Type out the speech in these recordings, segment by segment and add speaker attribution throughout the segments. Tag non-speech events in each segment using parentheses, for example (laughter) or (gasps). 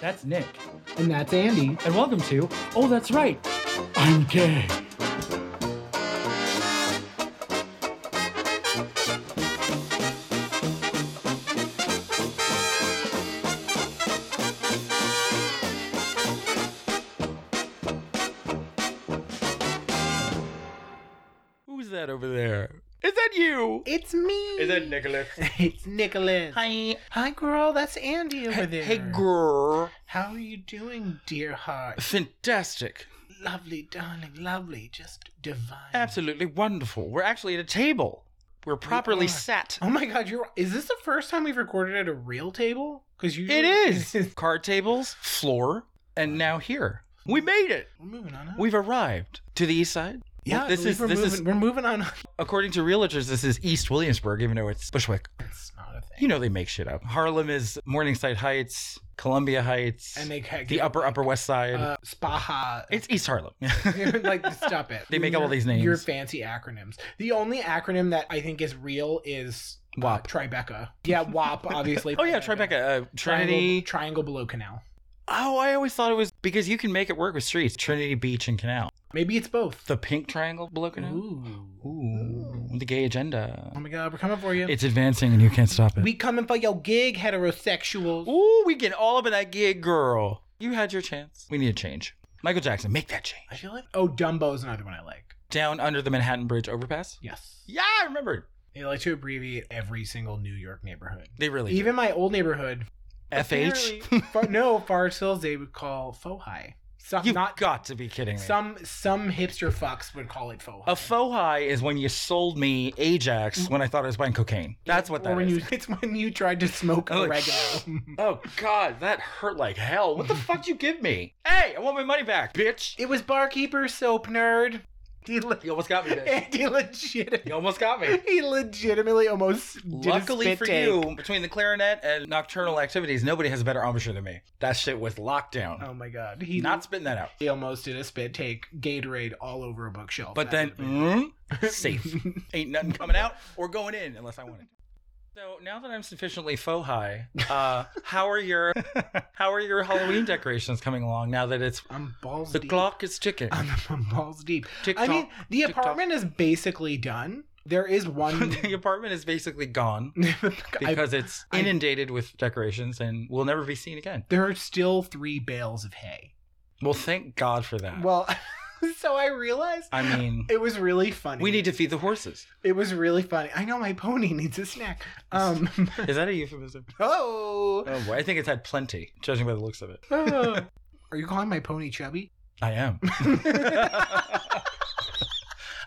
Speaker 1: That's Nick.
Speaker 2: And that's Andy.
Speaker 1: And welcome to Oh, that's right. I'm gay.
Speaker 3: Who's that over there? Is that you?
Speaker 4: It's me.
Speaker 3: (laughs) Nicholas?
Speaker 4: It's Nicholas.
Speaker 3: Hi.
Speaker 4: Hi, girl. That's Andy over there.
Speaker 3: Hey, girl.
Speaker 4: How are you doing, dear heart?
Speaker 3: Fantastic.
Speaker 4: lovely, darling. Lovely. Just divine.
Speaker 3: Absolutely wonderful. We're actually at a table. We're properly
Speaker 4: are. (laughs)
Speaker 3: sat.
Speaker 4: Oh my God, you're. Is this the first time we've recorded at a real table? Because you.
Speaker 3: It is. Card tables, floor, and now here. We made it.
Speaker 4: We're moving on. Up.
Speaker 3: We've arrived to the east side.
Speaker 4: Yeah,
Speaker 3: this is
Speaker 4: we're
Speaker 3: this
Speaker 4: moving,
Speaker 3: is
Speaker 4: We're moving on. up.
Speaker 3: according to realtors. This is East Williamsburg, even though it's Bushwick.
Speaker 4: It's not a thing.
Speaker 3: You know they make shit up. Harlem is Morningside Heights, Columbia Heights,
Speaker 4: and they ca-
Speaker 3: the Upper Upper West Side.
Speaker 4: uh, Spaha.
Speaker 3: it's East Harlem. (laughs)
Speaker 4: like stop it.
Speaker 3: They make up all these
Speaker 4: Your- Your
Speaker 3: names.
Speaker 4: fancy acronyms. The only acronym that I think is real is uh,
Speaker 3: WAP.
Speaker 4: Tribeca.
Speaker 3: (laughs)
Speaker 4: Yeah, WAP obviously.
Speaker 3: Oh yeah, Tribeca, uh, Trinity.
Speaker 4: Triangle, triangle below canal.
Speaker 3: Oh, I always thought it was because you can make it work with streets. Trinity Beach and Canal.
Speaker 4: Maybe it's both.
Speaker 3: The pink triangle below Canal.
Speaker 4: Ooh.
Speaker 3: Ooh, the gay
Speaker 4: Oh
Speaker 3: agenda.
Speaker 4: my god, we're coming for you.
Speaker 3: It's advancing and you can't stop it.
Speaker 4: we coming for your gig, heterosexuals.
Speaker 3: Ooh, we get all up in that gig, girl. You had your chance. We need a change. Michael Jackson, make that change.
Speaker 4: I feel like Oh, Dumbo is another one I like.
Speaker 3: Down under the Manhattan Bridge overpass.
Speaker 4: Yes.
Speaker 3: Yeah, I remembered.
Speaker 4: They like to abbreviate every single New York neighborhood.
Speaker 3: They really
Speaker 4: Even my old neighborhood.
Speaker 3: do. FH.
Speaker 4: apparently- Far, no, Forest Hills they would call Fohi. Some
Speaker 3: You've
Speaker 4: not
Speaker 3: got to be kidding me.
Speaker 4: some some hipster fucks would call it Fohi.
Speaker 3: a faux high is when you sold me Ajax when I thought I was buying cocaine. That's what
Speaker 4: or
Speaker 3: that
Speaker 4: when
Speaker 3: is.
Speaker 4: you (laughs) it's when you tried to smoke
Speaker 3: Oh, like-
Speaker 4: oregano.
Speaker 3: Oh God, that hurt like hell. (laughs) What the fuck you give me? Hey, I want my money back, bitch.
Speaker 4: it was barkeeper soap nerd. He, le-
Speaker 3: You almost
Speaker 4: (laughs)
Speaker 3: got me, (laughs) bitch.
Speaker 4: and he legit (laughs)
Speaker 3: You almost got me.
Speaker 4: he legitimately almost did a
Speaker 3: Luckily
Speaker 4: spit
Speaker 3: for
Speaker 4: take.
Speaker 3: you, between the clarinet and nocturnal activities, nobody has a better embouchure than me. That shit was locked down.
Speaker 4: Oh my god, he
Speaker 3: Not spitting that out.
Speaker 4: he almost did a spit take Gatorade all over a bookshelf.
Speaker 3: But then,
Speaker 4: Oh, That would've
Speaker 3: mm, safe.
Speaker 4: been-
Speaker 3: Ain't nothing coming out or going in unless I want it. So now that I'm sufficiently faux high, uh, how are your how are your Halloween decorations coming along? Now that it's
Speaker 4: (laughs) I'm balls
Speaker 3: the
Speaker 4: deep.
Speaker 3: clock is ticking.
Speaker 4: (laughs) I'm, I'm balls deep.
Speaker 3: Tick
Speaker 4: Um, I mean,
Speaker 3: tock.
Speaker 4: the
Speaker 3: tick-tock.
Speaker 4: apartment is basically done.
Speaker 3: (laughs)
Speaker 4: There is one.
Speaker 3: the apartment is basically gone.
Speaker 4: um, (laughs) I-
Speaker 3: because it's
Speaker 4: I-
Speaker 3: inundated with decorations and will never be seen again.
Speaker 4: there are still three bales of hay.
Speaker 3: Well, thank God for that.
Speaker 4: Well, (laughs) so I realized
Speaker 3: I
Speaker 4: (laughs)
Speaker 3: mean,
Speaker 4: it was really funny.
Speaker 3: we need to feed the horses.
Speaker 4: It was really funny. I know my pony (laughs) needs a snack. Um. (laughs)
Speaker 3: Is that a euphemism?
Speaker 4: oh.
Speaker 3: (laughs) Oh boy, I think it's had plenty, judging by the looks of it.
Speaker 4: Are you calling my pony chubby?
Speaker 3: (laughs) I am.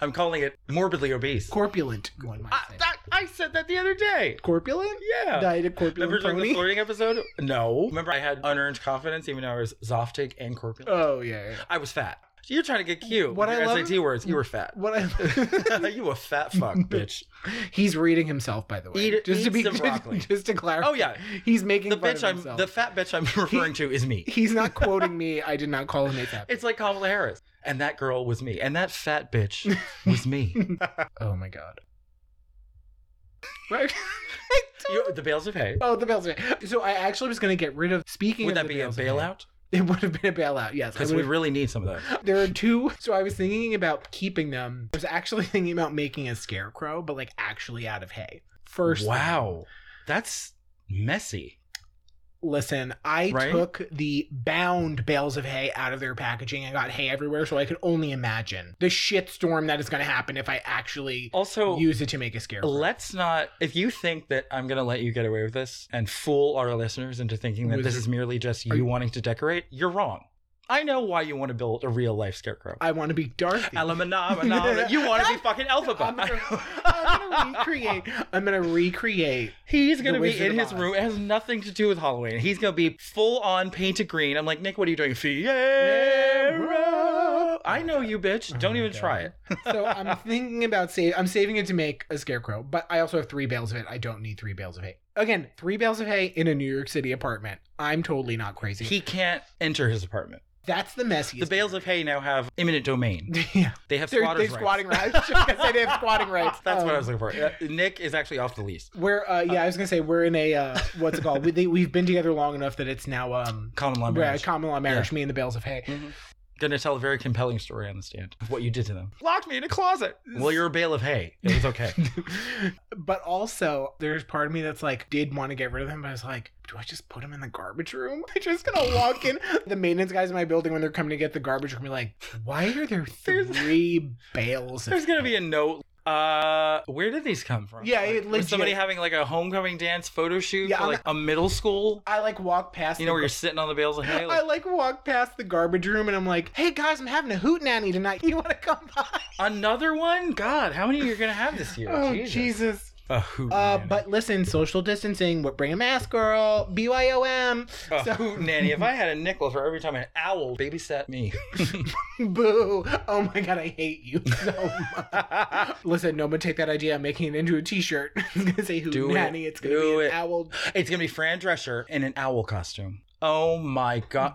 Speaker 3: I'm calling it morbidly obese.
Speaker 4: Corpulent, one might
Speaker 3: I,
Speaker 4: say.
Speaker 3: Ah, that, I said that the other day.
Speaker 4: corpulent?
Speaker 3: Yeah.
Speaker 4: Died a corpulent
Speaker 3: Remember during the
Speaker 4: pony.
Speaker 3: flirting episode? No. Remember I had unearned confidence, even though I was zoftic and corpulent.
Speaker 4: Oh yeah. yeah.
Speaker 3: I was fat. You're trying to get cute.
Speaker 4: What
Speaker 3: with
Speaker 4: I
Speaker 3: your
Speaker 4: love-
Speaker 3: SAT words. You were fat.
Speaker 4: (laughs) What
Speaker 3: (laughs)
Speaker 4: I (laughs)
Speaker 3: you a fat fuck, bitch.
Speaker 4: he's reading himself, by the way.
Speaker 3: Eat-
Speaker 4: just to
Speaker 3: eat
Speaker 4: be
Speaker 3: some
Speaker 4: (laughs) just,
Speaker 3: broccoli.
Speaker 4: just to clarify.
Speaker 3: Oh, yeah.
Speaker 4: he's making
Speaker 3: the
Speaker 4: fun
Speaker 3: bitch
Speaker 4: of
Speaker 3: I'm
Speaker 4: himself.
Speaker 3: the fat bitch
Speaker 4: (laughs)
Speaker 3: I'm referring to is me.
Speaker 4: he's
Speaker 3: (laughs)
Speaker 4: not quoting me. I did not call him a fat.
Speaker 3: It's like Kamala Harris, and that girl was me, and that fat bitch
Speaker 4: (laughs)
Speaker 3: was me.
Speaker 4: Oh my god. Right.
Speaker 3: You- the bales of hay.
Speaker 4: Oh, the bailout. So I actually was going to get rid of. Speaking,
Speaker 3: Would that
Speaker 4: of the
Speaker 3: be a
Speaker 4: bales of hay,
Speaker 3: bailout?
Speaker 4: It would have been a bailout. Yes, I
Speaker 3: Because
Speaker 4: would
Speaker 3: we
Speaker 4: have-
Speaker 3: really need some of that.
Speaker 4: There are two. So I was thinking about keeping them. I was actually (laughs) thinking about making a scarecrow, but like actually out of hay. First,
Speaker 3: wow, that's messy.
Speaker 4: listen, I
Speaker 3: Right?
Speaker 4: took the bound bales of hay out of their packaging and got hay everywhere, so I could only imagine the shit storm that is going to happen if I actually
Speaker 3: Also,
Speaker 4: use it to make a scarecrow.
Speaker 3: let's not. If you think that I'm gonna let you get away with this and fool our listeners into thinking that this
Speaker 4: Wizard.
Speaker 3: is merely just you,
Speaker 4: Are you-
Speaker 3: wanting to decorate, you're wrong. I know why you want to build a real life scarecrow.
Speaker 4: I want to be Dorothy. (laughs)
Speaker 3: Alamanamana. You want to be fucking
Speaker 4: I'm
Speaker 3: Elphaba. (laughs)
Speaker 4: gonna, I'm gonna recreate. I'm gonna recreate.
Speaker 3: He's gonna
Speaker 4: The
Speaker 3: be
Speaker 4: Wizard
Speaker 3: in
Speaker 4: of
Speaker 3: his
Speaker 4: Oz.
Speaker 3: room. It has nothing to do with Halloween. He's gonna be full on painted green. I'm like, Nick, what are you doing? Fiero. I know you, bitch.
Speaker 4: Oh
Speaker 3: Don't
Speaker 4: my
Speaker 3: even
Speaker 4: God.
Speaker 3: try it.
Speaker 4: So I'm thinking about save. I'm saving it to make a scarecrow, but I also have three bales of it. I don't need three bales of hay. Again, three bales of hay in a New York City apartment. I'm totally not crazy.
Speaker 3: He can't enter his apartment.
Speaker 4: That's the messiest.
Speaker 3: The bales of hay now have eminent domain.
Speaker 4: (laughs) yeah.
Speaker 3: They have
Speaker 4: They're,
Speaker 3: squatters' rights.
Speaker 4: they're squatting rights. (laughs) I was just gonna say they have squatting rights.
Speaker 3: (laughs) That's what
Speaker 4: Um,
Speaker 3: I was looking for. Uh, Nick is actually off the lease.
Speaker 4: We're uh, yeah, I was gonna say we're in a uh, what's it called? we, they, we've been together long enough that it's now um
Speaker 3: Common law
Speaker 4: we're a
Speaker 3: marriage.
Speaker 4: common law marriage. Me and the bales of hay.
Speaker 3: Going to tell a very compelling story on the stand of what you did to them. Locked me in a closet. Well, you're a bale of hay. It was
Speaker 4: (laughs)
Speaker 3: okay.
Speaker 4: but also, there's part of me that's like, did want to get rid of them, but I was like, do I just put them in the garbage room? (laughs) I'm just gonna walk in. The maintenance guys in my building, when they're coming to get the garbage, are gonna be like, why are there
Speaker 3: (laughs) There's-
Speaker 4: three bales? of
Speaker 3: There's going to be a note. Uh, where did these come from?
Speaker 4: Yeah,
Speaker 3: like,
Speaker 4: it
Speaker 3: was somebody
Speaker 4: legit-
Speaker 3: having like a homecoming dance photo shoot
Speaker 4: Yeah,
Speaker 3: for
Speaker 4: I'm
Speaker 3: like a middle school.
Speaker 4: (laughs) I like walk past.
Speaker 3: You know
Speaker 4: the
Speaker 3: where
Speaker 4: gar-
Speaker 3: you're sitting on the bales of hay.
Speaker 4: I
Speaker 3: Like,
Speaker 4: like walk past the garbage room and I'm like, hey guys, I'm having a hoot nanny tonight. (laughs) You want to come by?
Speaker 3: Another one? God, how many you're gonna have this year?
Speaker 4: Oh
Speaker 3: Jesus.
Speaker 4: Jesus.
Speaker 3: A hoot
Speaker 4: Uh,
Speaker 3: nanny.
Speaker 4: but listen, social distancing. What bring a mask, girl? Byom.
Speaker 3: a
Speaker 4: so-
Speaker 3: hoot nanny. If I had a nickel for every time an owl babysat me, (laughs)
Speaker 4: (laughs) Boo! Oh my god, I hate you (laughs) so much. Listen, no one take that idea. I'm making it into a T-shirt. (laughs) it's gonna say "Who
Speaker 3: Do it.
Speaker 4: Nanny." It's gonna
Speaker 3: Do
Speaker 4: be
Speaker 3: it.
Speaker 4: an
Speaker 3: (laughs)
Speaker 4: owl.
Speaker 3: it's gonna be Fran Drescher in an owl costume. Oh my god.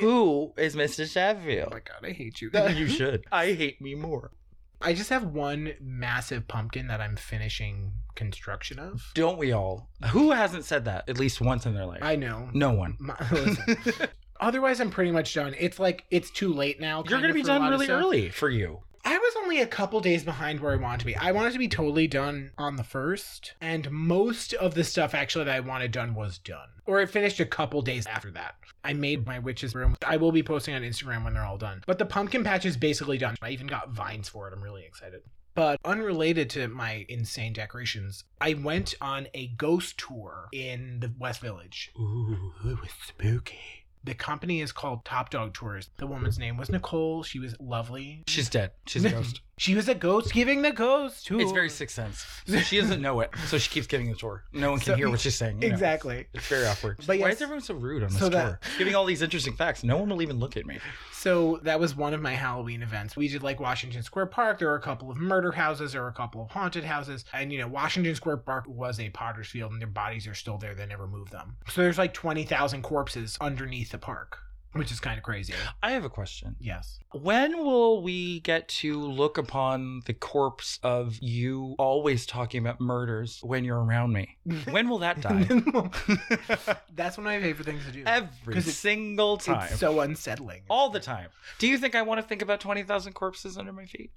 Speaker 3: Who is Mr.
Speaker 4: Oh my
Speaker 3: Sheffield?
Speaker 4: god, I hate (laughs) you.
Speaker 3: you
Speaker 4: (laughs)
Speaker 3: should. I hate me more.
Speaker 4: I just have one massive pumpkin that I'm finishing
Speaker 3: (laughs)
Speaker 4: construction of.
Speaker 3: Don't we all? Who hasn't said that at least once in their life?
Speaker 4: I know.
Speaker 3: no one.
Speaker 4: My- listen.
Speaker 3: (laughs)
Speaker 4: Otherwise, I'm pretty much done. It's like it's too late now.
Speaker 3: You're
Speaker 4: kinda,
Speaker 3: gonna be
Speaker 4: for a lot
Speaker 3: done
Speaker 4: of
Speaker 3: really
Speaker 4: stuff.
Speaker 3: early for you.
Speaker 4: I was only a couple days behind where I wanted to be. I wanted to be totally done on the first, and most of the stuff actually that I wanted done was done, or it finished a couple days after that. I made my witch's room. I will be posting on Instagram when they're all done. But the pumpkin patch is basically done. I even got vines for it. I'm really excited. But unrelated to my insane decorations, I went on a ghost tour in the West Village. Ooh, it was spooky. The company is called Top Dog Tours. The woman's name was Nicole. She was lovely.
Speaker 3: She's dead. She's
Speaker 4: (laughs)
Speaker 3: a ghost.
Speaker 4: She was a ghost giving the ghost tour.
Speaker 3: It's
Speaker 4: (laughs)
Speaker 3: very sixth sense. She doesn't know it, so she keeps giving the tour. No one can
Speaker 4: So-
Speaker 3: hear what she's saying. you know.
Speaker 4: (laughs) exactly.
Speaker 3: (laughs) It's very awkward.
Speaker 4: But
Speaker 3: Why
Speaker 4: yes-
Speaker 3: is everyone so rude on this
Speaker 4: So that-
Speaker 3: tour? Giving all these interesting facts, no one will even look at me.
Speaker 4: So that was one of my Halloween events. We did like Washington Square Park. There were a couple of murder houses. There were a couple of haunted houses. And you know, Washington Square Park was a potter's field, and their bodies are still there. They never moved them. So there's like twenty thousand corpses underneath the park, which is kind of crazy.
Speaker 3: I have a question.
Speaker 4: Yes.
Speaker 3: When will we get to look upon the corpse of you always talking about murders when you're around me? When will that
Speaker 4: (laughs)
Speaker 3: die?
Speaker 4: That's one of my favorite things to do.
Speaker 3: Every
Speaker 4: 'Cause it-
Speaker 3: single time.
Speaker 4: It's so unsettling.
Speaker 3: all the time. Do you think I want to think about 20,000 corpses under my feet?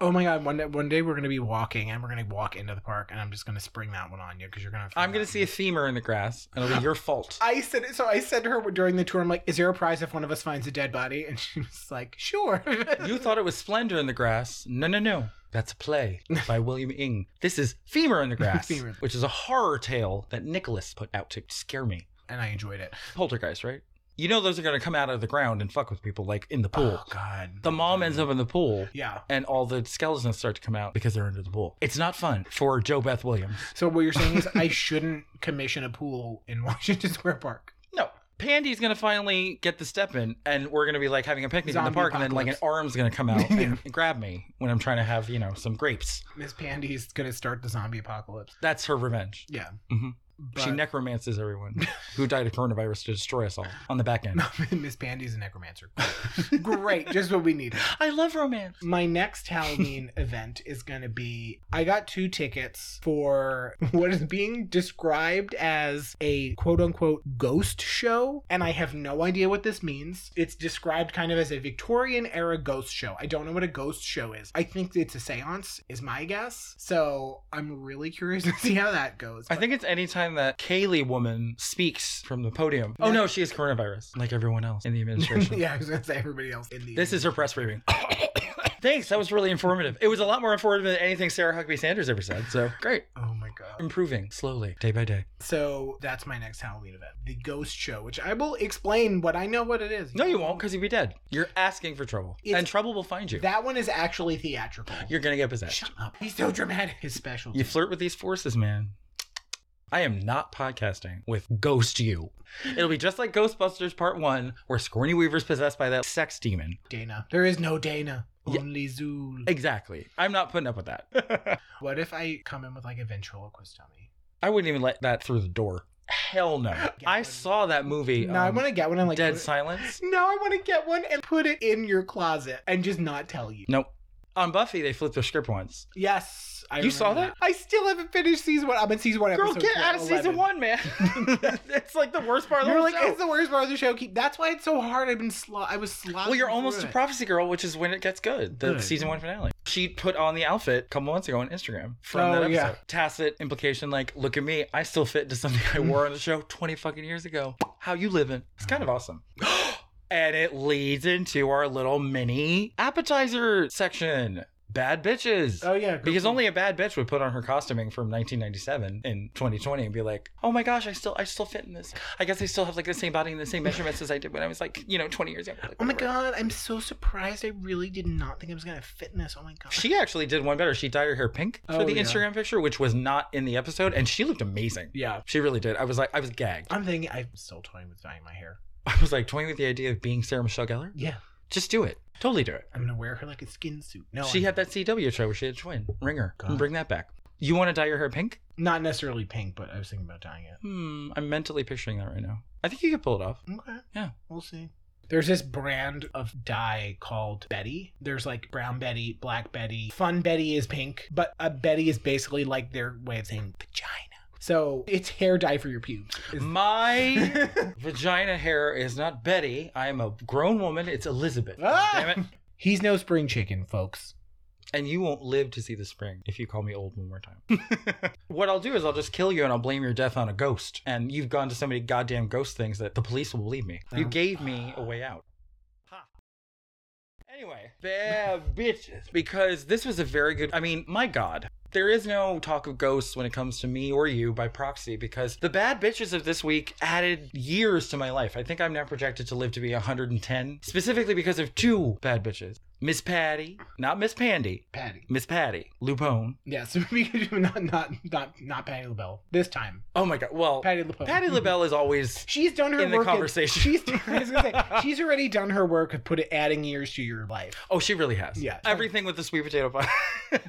Speaker 4: Oh my god! One day, one day we're gonna be walking, and we're gonna walk into the park, and I'm just gonna spring that one on you because you're gonna.
Speaker 3: I'm going
Speaker 4: find
Speaker 3: to see a femur in the grass, and it'll be your fault.
Speaker 4: (laughs) I said so. I said to her during the tour, "I'm like, is there a prize if one of us finds a dead body?" And she was like, "Sure."
Speaker 3: You thought it was Splendor in the Grass. No, no, no. That's a play
Speaker 4: (laughs)
Speaker 3: by William Ing. This is Femur in the Grass,
Speaker 4: Femur.
Speaker 3: which is a horror tale that Nicholas put out to scare me.
Speaker 4: (laughs) and I enjoyed it.
Speaker 3: Poltergeist, right? You know those are going to come out of the ground and fuck with people, like in the pool.
Speaker 4: Oh God.
Speaker 3: The mom ends up in the pool.
Speaker 4: Yeah.
Speaker 3: And all the skeletons start to come out because they're under the pool. It's not fun for Joe Beth Williams.
Speaker 4: So what you're saying is I shouldn't commission a pool in (laughs) Washington Square Park.
Speaker 3: No. Pandy's gonna finally get the step in, and we're gonna be like having a picnic in
Speaker 4: Zombie
Speaker 3: the park, and then like an arm's gonna come out (laughs)
Speaker 4: Yeah.
Speaker 3: and grab me when I'm trying to have, you know, some grapes.
Speaker 4: Miss Pandy's gonna start the zombie apocalypse.
Speaker 3: That's her revenge.
Speaker 4: Yeah.
Speaker 3: Mhm.
Speaker 4: But
Speaker 3: She necromances everyone who died of coronavirus to destroy us all on the back end.
Speaker 4: (laughs) Miss Pandy's a necromancer. Great, just what we needed.
Speaker 3: (laughs) I love romance.
Speaker 4: My next Halloween
Speaker 3: (laughs)
Speaker 4: event is going to be I got two tickets for what is being described as a quote unquote ghost show. And I have no idea what this means. It's described kind of as a Victorian era ghost show. I don't know what a ghost show is. I think it's a seance, is my guess. So I'm really curious (laughs) to see how that goes.
Speaker 3: I think it's any time that Kaylee woman speaks from the podium. Oh no, she has coronavirus, like everyone else in the administration.
Speaker 4: (laughs) yeah, I was going to say everybody else in the.
Speaker 3: This is her press briefing. (coughs) Thanks, that was really informative. It was a lot more informative than anything Sarah Huckabee Sanders ever said. So great,
Speaker 4: Oh my God.
Speaker 3: improving slowly, day by day.
Speaker 4: So that's my next Halloween event, the Ghost Show, which I will explain what I know what it is.
Speaker 3: No, you won't, because you'll be dead. You're asking for trouble,
Speaker 4: It's-
Speaker 3: and trouble will find you.
Speaker 4: That one is actually theatrical.
Speaker 3: You're gonna get possessed.
Speaker 4: Shut up. He's so dramatic. His special.
Speaker 3: You flirt with these forces, man. I am not podcasting with Ghost You. It'll be just like Ghostbusters Part 1, where Scorny Weaver's possessed by that sex demon.
Speaker 4: Dana. There is no Dana.
Speaker 3: Yeah.
Speaker 4: Only Zool.
Speaker 3: Exactly. I'm not putting up with that.
Speaker 4: (laughs) what if I come in with like a ventriloquist dummy?
Speaker 3: I wouldn't even let that through the door. Hell no.
Speaker 4: Get
Speaker 3: I
Speaker 4: one.
Speaker 3: saw that movie.
Speaker 4: no, I
Speaker 3: um,
Speaker 4: want to get one and like
Speaker 3: Dead
Speaker 4: put it-
Speaker 3: Silence.
Speaker 4: No, I want to get one and put it in your closet and just not tell you.
Speaker 3: Nope. On Buffy, they flipped their script once.
Speaker 4: Yes, I
Speaker 3: You saw
Speaker 4: remember
Speaker 3: that?
Speaker 4: I still haven't finished season one. I'm in season one.
Speaker 3: Girl,
Speaker 4: episode
Speaker 3: get out of
Speaker 4: 11.
Speaker 3: season one,
Speaker 4: (laughs)
Speaker 3: man. it's like the worst part of the
Speaker 4: You're
Speaker 3: whole
Speaker 4: like,
Speaker 3: show.
Speaker 4: it's the worst part of the show. Keep. That's why it's so hard. I've been slow. I was slow.
Speaker 3: Well, you're almost a prophecy girl, which is when it gets good. The
Speaker 4: Good.
Speaker 3: season one finale. She put on the outfit a couple months ago on Instagram from
Speaker 4: Oh,
Speaker 3: that episode.
Speaker 4: yeah.
Speaker 3: Tacit implication, like, look at me, I still fit to something I wore on the show 20 fucking years ago. How you living? It's kind of
Speaker 4: (gasps)
Speaker 3: awesome. and it leads into our little mini appetizer section. Bad bitches.
Speaker 4: Oh yeah,
Speaker 3: Because only a bad bitch would put on her costuming from 1997 in 2020 and be like, "Oh my gosh, I still I still fit in this. I guess I still have like the same body and the same measurements as I did when I was like, you know, 20 years ago." Like,
Speaker 4: Oh my
Speaker 3: whatever.
Speaker 4: god, I'm so surprised. I really did not think I was gonna fit in this. Oh my god.
Speaker 3: She actually did one better. She dyed her hair pink for
Speaker 4: Oh,
Speaker 3: the
Speaker 4: yeah.
Speaker 3: Instagram picture, which was not in the episode, and she looked amazing.
Speaker 4: Yeah.
Speaker 3: She really did. I was like, I was gagged. (laughs)
Speaker 4: I'm thinking I'm still toying with dyeing my hair.
Speaker 3: I was like toying with the idea of being Sarah Michelle Gellar.
Speaker 4: Yeah.
Speaker 3: Just do it. Totally do it.
Speaker 4: I'm gonna wear her like a skin suit. No.
Speaker 3: she
Speaker 4: I'm
Speaker 3: had that CW show where she had a twin. Ring her.
Speaker 4: God.
Speaker 3: Bring that back. You want to dye your hair pink?
Speaker 4: not necessarily pink, but I was thinking about dyeing it.
Speaker 3: Hmm. I'm mentally picturing that right now. I think you could pull it off.
Speaker 4: Okay.
Speaker 3: Yeah.
Speaker 4: We'll see. There's this brand of dye called Betty. There's like brown Betty, black Betty. Fun Betty is pink, but a Betty is basically like their way of saying vagina. So it's hair dye for your pubes.
Speaker 3: (laughs)
Speaker 4: Is- (laughs)
Speaker 3: My vagina hair is not Betty. I am a grown woman. It's Elizabeth.
Speaker 4: Ah!
Speaker 3: Damn it.
Speaker 4: He's no spring chicken, folks.
Speaker 3: And you won't live to see the spring if you call me old one more time. what I'll do is I'll just kill you and I'll blame your death on a ghost. And you've gone to so many goddamn ghost things that the police will believe me. You
Speaker 4: Oh.
Speaker 3: gave me a way out. Ha. Anyway, bad bitches. Because this was a very good. I mean, my God. There is no talk of ghosts when it comes to me or you by proxy because the bad bitches of this week added years to my life. I think I'm now projected to live to be 110, specifically because of two bad bitches. Miss Patty, not Miss Pandy,
Speaker 4: Patty.
Speaker 3: Miss Patty, Lupone.
Speaker 4: Yes, (laughs) because you're not not not not Patty LaBelle this time.
Speaker 3: Oh my God. Well, Patty,
Speaker 4: Patty LaBelle.
Speaker 3: LaBelle is always.
Speaker 4: She's done her
Speaker 3: In the
Speaker 4: work
Speaker 3: conversation.
Speaker 4: (laughs) she's, I was gonna say, she's already done her work of put adding years to your (laughs) life.
Speaker 3: (laughs) Oh, she really has.
Speaker 4: Yeah.
Speaker 3: Everything with the sweet potato pie.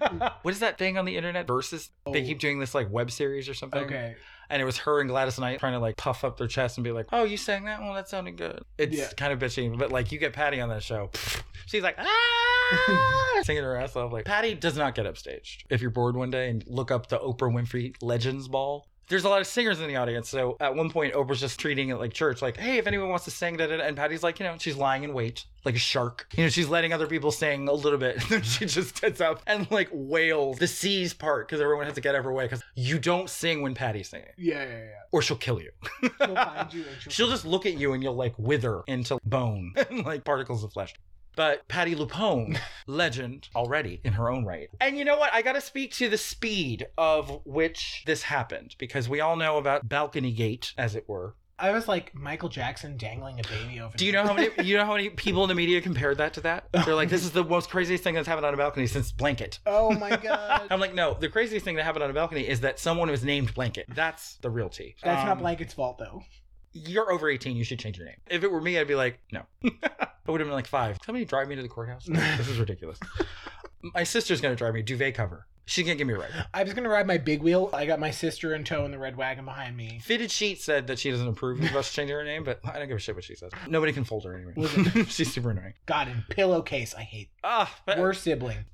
Speaker 3: (laughs) what is that thing on the internet? Versus. They
Speaker 4: Oh.
Speaker 3: keep doing this like web series or something.
Speaker 4: Okay.
Speaker 3: And it was her and Gladys Knight trying to like puff up their chest and be like, oh, you sang that? Well, that sounded good. It's
Speaker 4: Yeah.
Speaker 3: kind of bitchy, but like you get Patty on that show. (laughs) She's like, ah, singing her ass off. Like, Patty does not get upstaged. If you're bored one day and look up the Oprah Winfrey Legends Ball, there's a lot of singers in the audience. So at one point, Oprah's just treating it like church, like, hey, if anyone wants to sing, da, da, da. and Patty's like, you know, she's lying in wait, like a shark. You know, she's letting other people sing a little bit. (laughs) And then she just gets up and like wails the seas part because everyone has to get out of her way because you don't sing when Patty's singing
Speaker 4: Yeah, yeah,
Speaker 3: or she'll kill you.
Speaker 4: yeah. She'll find you and she'll,
Speaker 3: She'll just look at you and you'll like wither into bone (laughs) and like particles of flesh. But Patty Lupone, legend already in her own right. And you know what? I got to speak to the speed of which this happened because we all know about Balcony Gate, as it were.
Speaker 4: I was like Michael Jackson dangling a baby over.
Speaker 3: Do you
Speaker 4: the-
Speaker 3: know how
Speaker 4: (laughs)
Speaker 3: many? you know how many people in the media compared that to that? They're like, "This is the most craziest thing that's happened on a balcony since Blanket."
Speaker 4: oh my god.
Speaker 3: (laughs) I'm like, no. The craziest thing that happened on a balcony is that someone was named Blanket. That's the real tea.
Speaker 4: That's not
Speaker 3: Um,
Speaker 4: Blanket's fault though.
Speaker 3: you're over 18, you should change your name. If it were me, I'd be like, no. (laughs) I would have been like five. Somebody drive me to the (laughs) courthouse. This is ridiculous. My sister's gonna drive me duvet cover. She's gonna give me a ride.
Speaker 4: I was gonna ride my big wheel. I got my sister in tow in the red wagon behind me.
Speaker 3: Fitted Sheet said that she doesn't approve of us changing her name, but I don't give a shit what she says. Nobody can fold her anyway.
Speaker 4: Was
Speaker 3: (laughs) She's super annoying.
Speaker 4: God in pillowcase. I hate.
Speaker 3: Ah, but-
Speaker 4: We're sibling.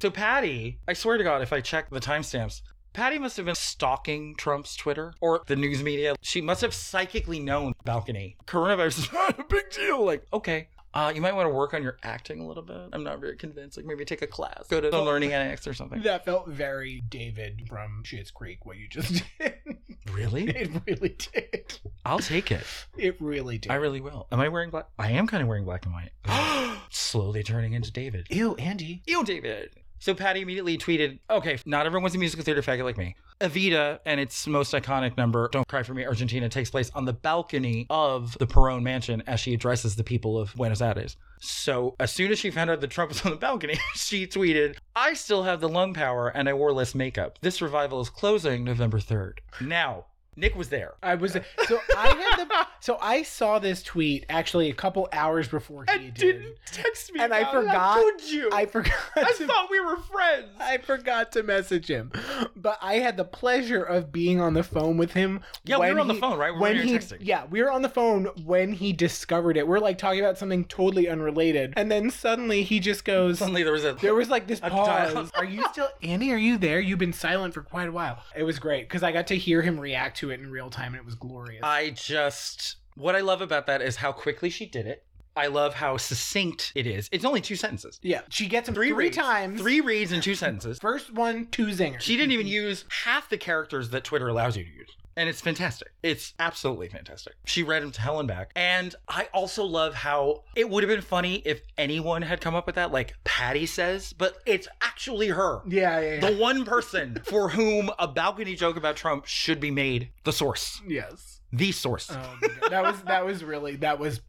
Speaker 3: so Patty, I swear to God, if I check the timestamps, Patty must have been stalking Trump's Twitter or the news media. She must have psychically known balcony. Coronavirus is (laughs) not a big deal. Like, okay. Uh, you might want to work on your acting a little bit. I'm not very convinced. Like maybe take a class, go to the learning annex or something.
Speaker 4: That felt very David from Schitt's Creek. What you just (laughs) did. (laughs)
Speaker 3: Really?
Speaker 4: it really did.
Speaker 3: I'll take it.
Speaker 4: It really did.
Speaker 3: I really will. Am I wearing black? I am kind of wearing black and white. Slowly turning into David.
Speaker 4: Ew, Andy.
Speaker 3: You, David. So Patty immediately tweeted, okay, not everyone's a musical theater faggot like me. Evita and its most iconic number, Don't Cry For Me, Argentina, takes place on the balcony of the Perón mansion as she addresses the people of Buenos Aires. So as soon as she found out that Trump was on the balcony, (laughs) she tweeted, I still have the lung power and I wore less makeup. This revival is closing November 3rd. Now, Nick was there.
Speaker 4: I was so I had the So I saw this tweet actually a couple hours before he
Speaker 3: And
Speaker 4: did.
Speaker 3: didn't text me.
Speaker 4: And I
Speaker 3: about it.
Speaker 4: forgot-
Speaker 3: told you.
Speaker 4: I forgot.
Speaker 3: I
Speaker 4: to-
Speaker 3: thought we were friends.
Speaker 4: I forgot to message him, but I had the pleasure of being on the phone with him.
Speaker 3: yeah, we
Speaker 4: when
Speaker 3: were on the
Speaker 4: he-
Speaker 3: phone, right? We
Speaker 4: when
Speaker 3: were
Speaker 4: he,
Speaker 3: texting.
Speaker 4: yeah, we were on the phone when he discovered it. We're like talking about something totally unrelated, and then suddenly he just goes.
Speaker 3: Suddenly there was a.
Speaker 4: There
Speaker 3: (laughs)
Speaker 4: was like this
Speaker 3: A dial-
Speaker 4: pause. Are you still Andy? Are you there? You've been silent for quite a while. It was great because I got to hear him react to it in real time, and it was glorious.
Speaker 3: I just what I love about that is how quickly she did it. I love how succinct it is. It's only two sentences.
Speaker 4: yeah, she gets him three,
Speaker 3: reads.
Speaker 4: times.
Speaker 3: Three reads in two sentences.
Speaker 4: First one, two zingers.
Speaker 3: She didn't even use half the characters that Twitter allows you to use. And it's fantastic. It's absolutely fantastic. She read him to Helen back. And I also love how it would have been funny if anyone had come up with that, like Patty says, but it's actually her.
Speaker 4: Yeah, yeah, yeah.
Speaker 3: The one person for whom a balcony joke about Trump should be made the source.
Speaker 4: yes.
Speaker 3: The source.
Speaker 4: Oh, my God. that was that was really that was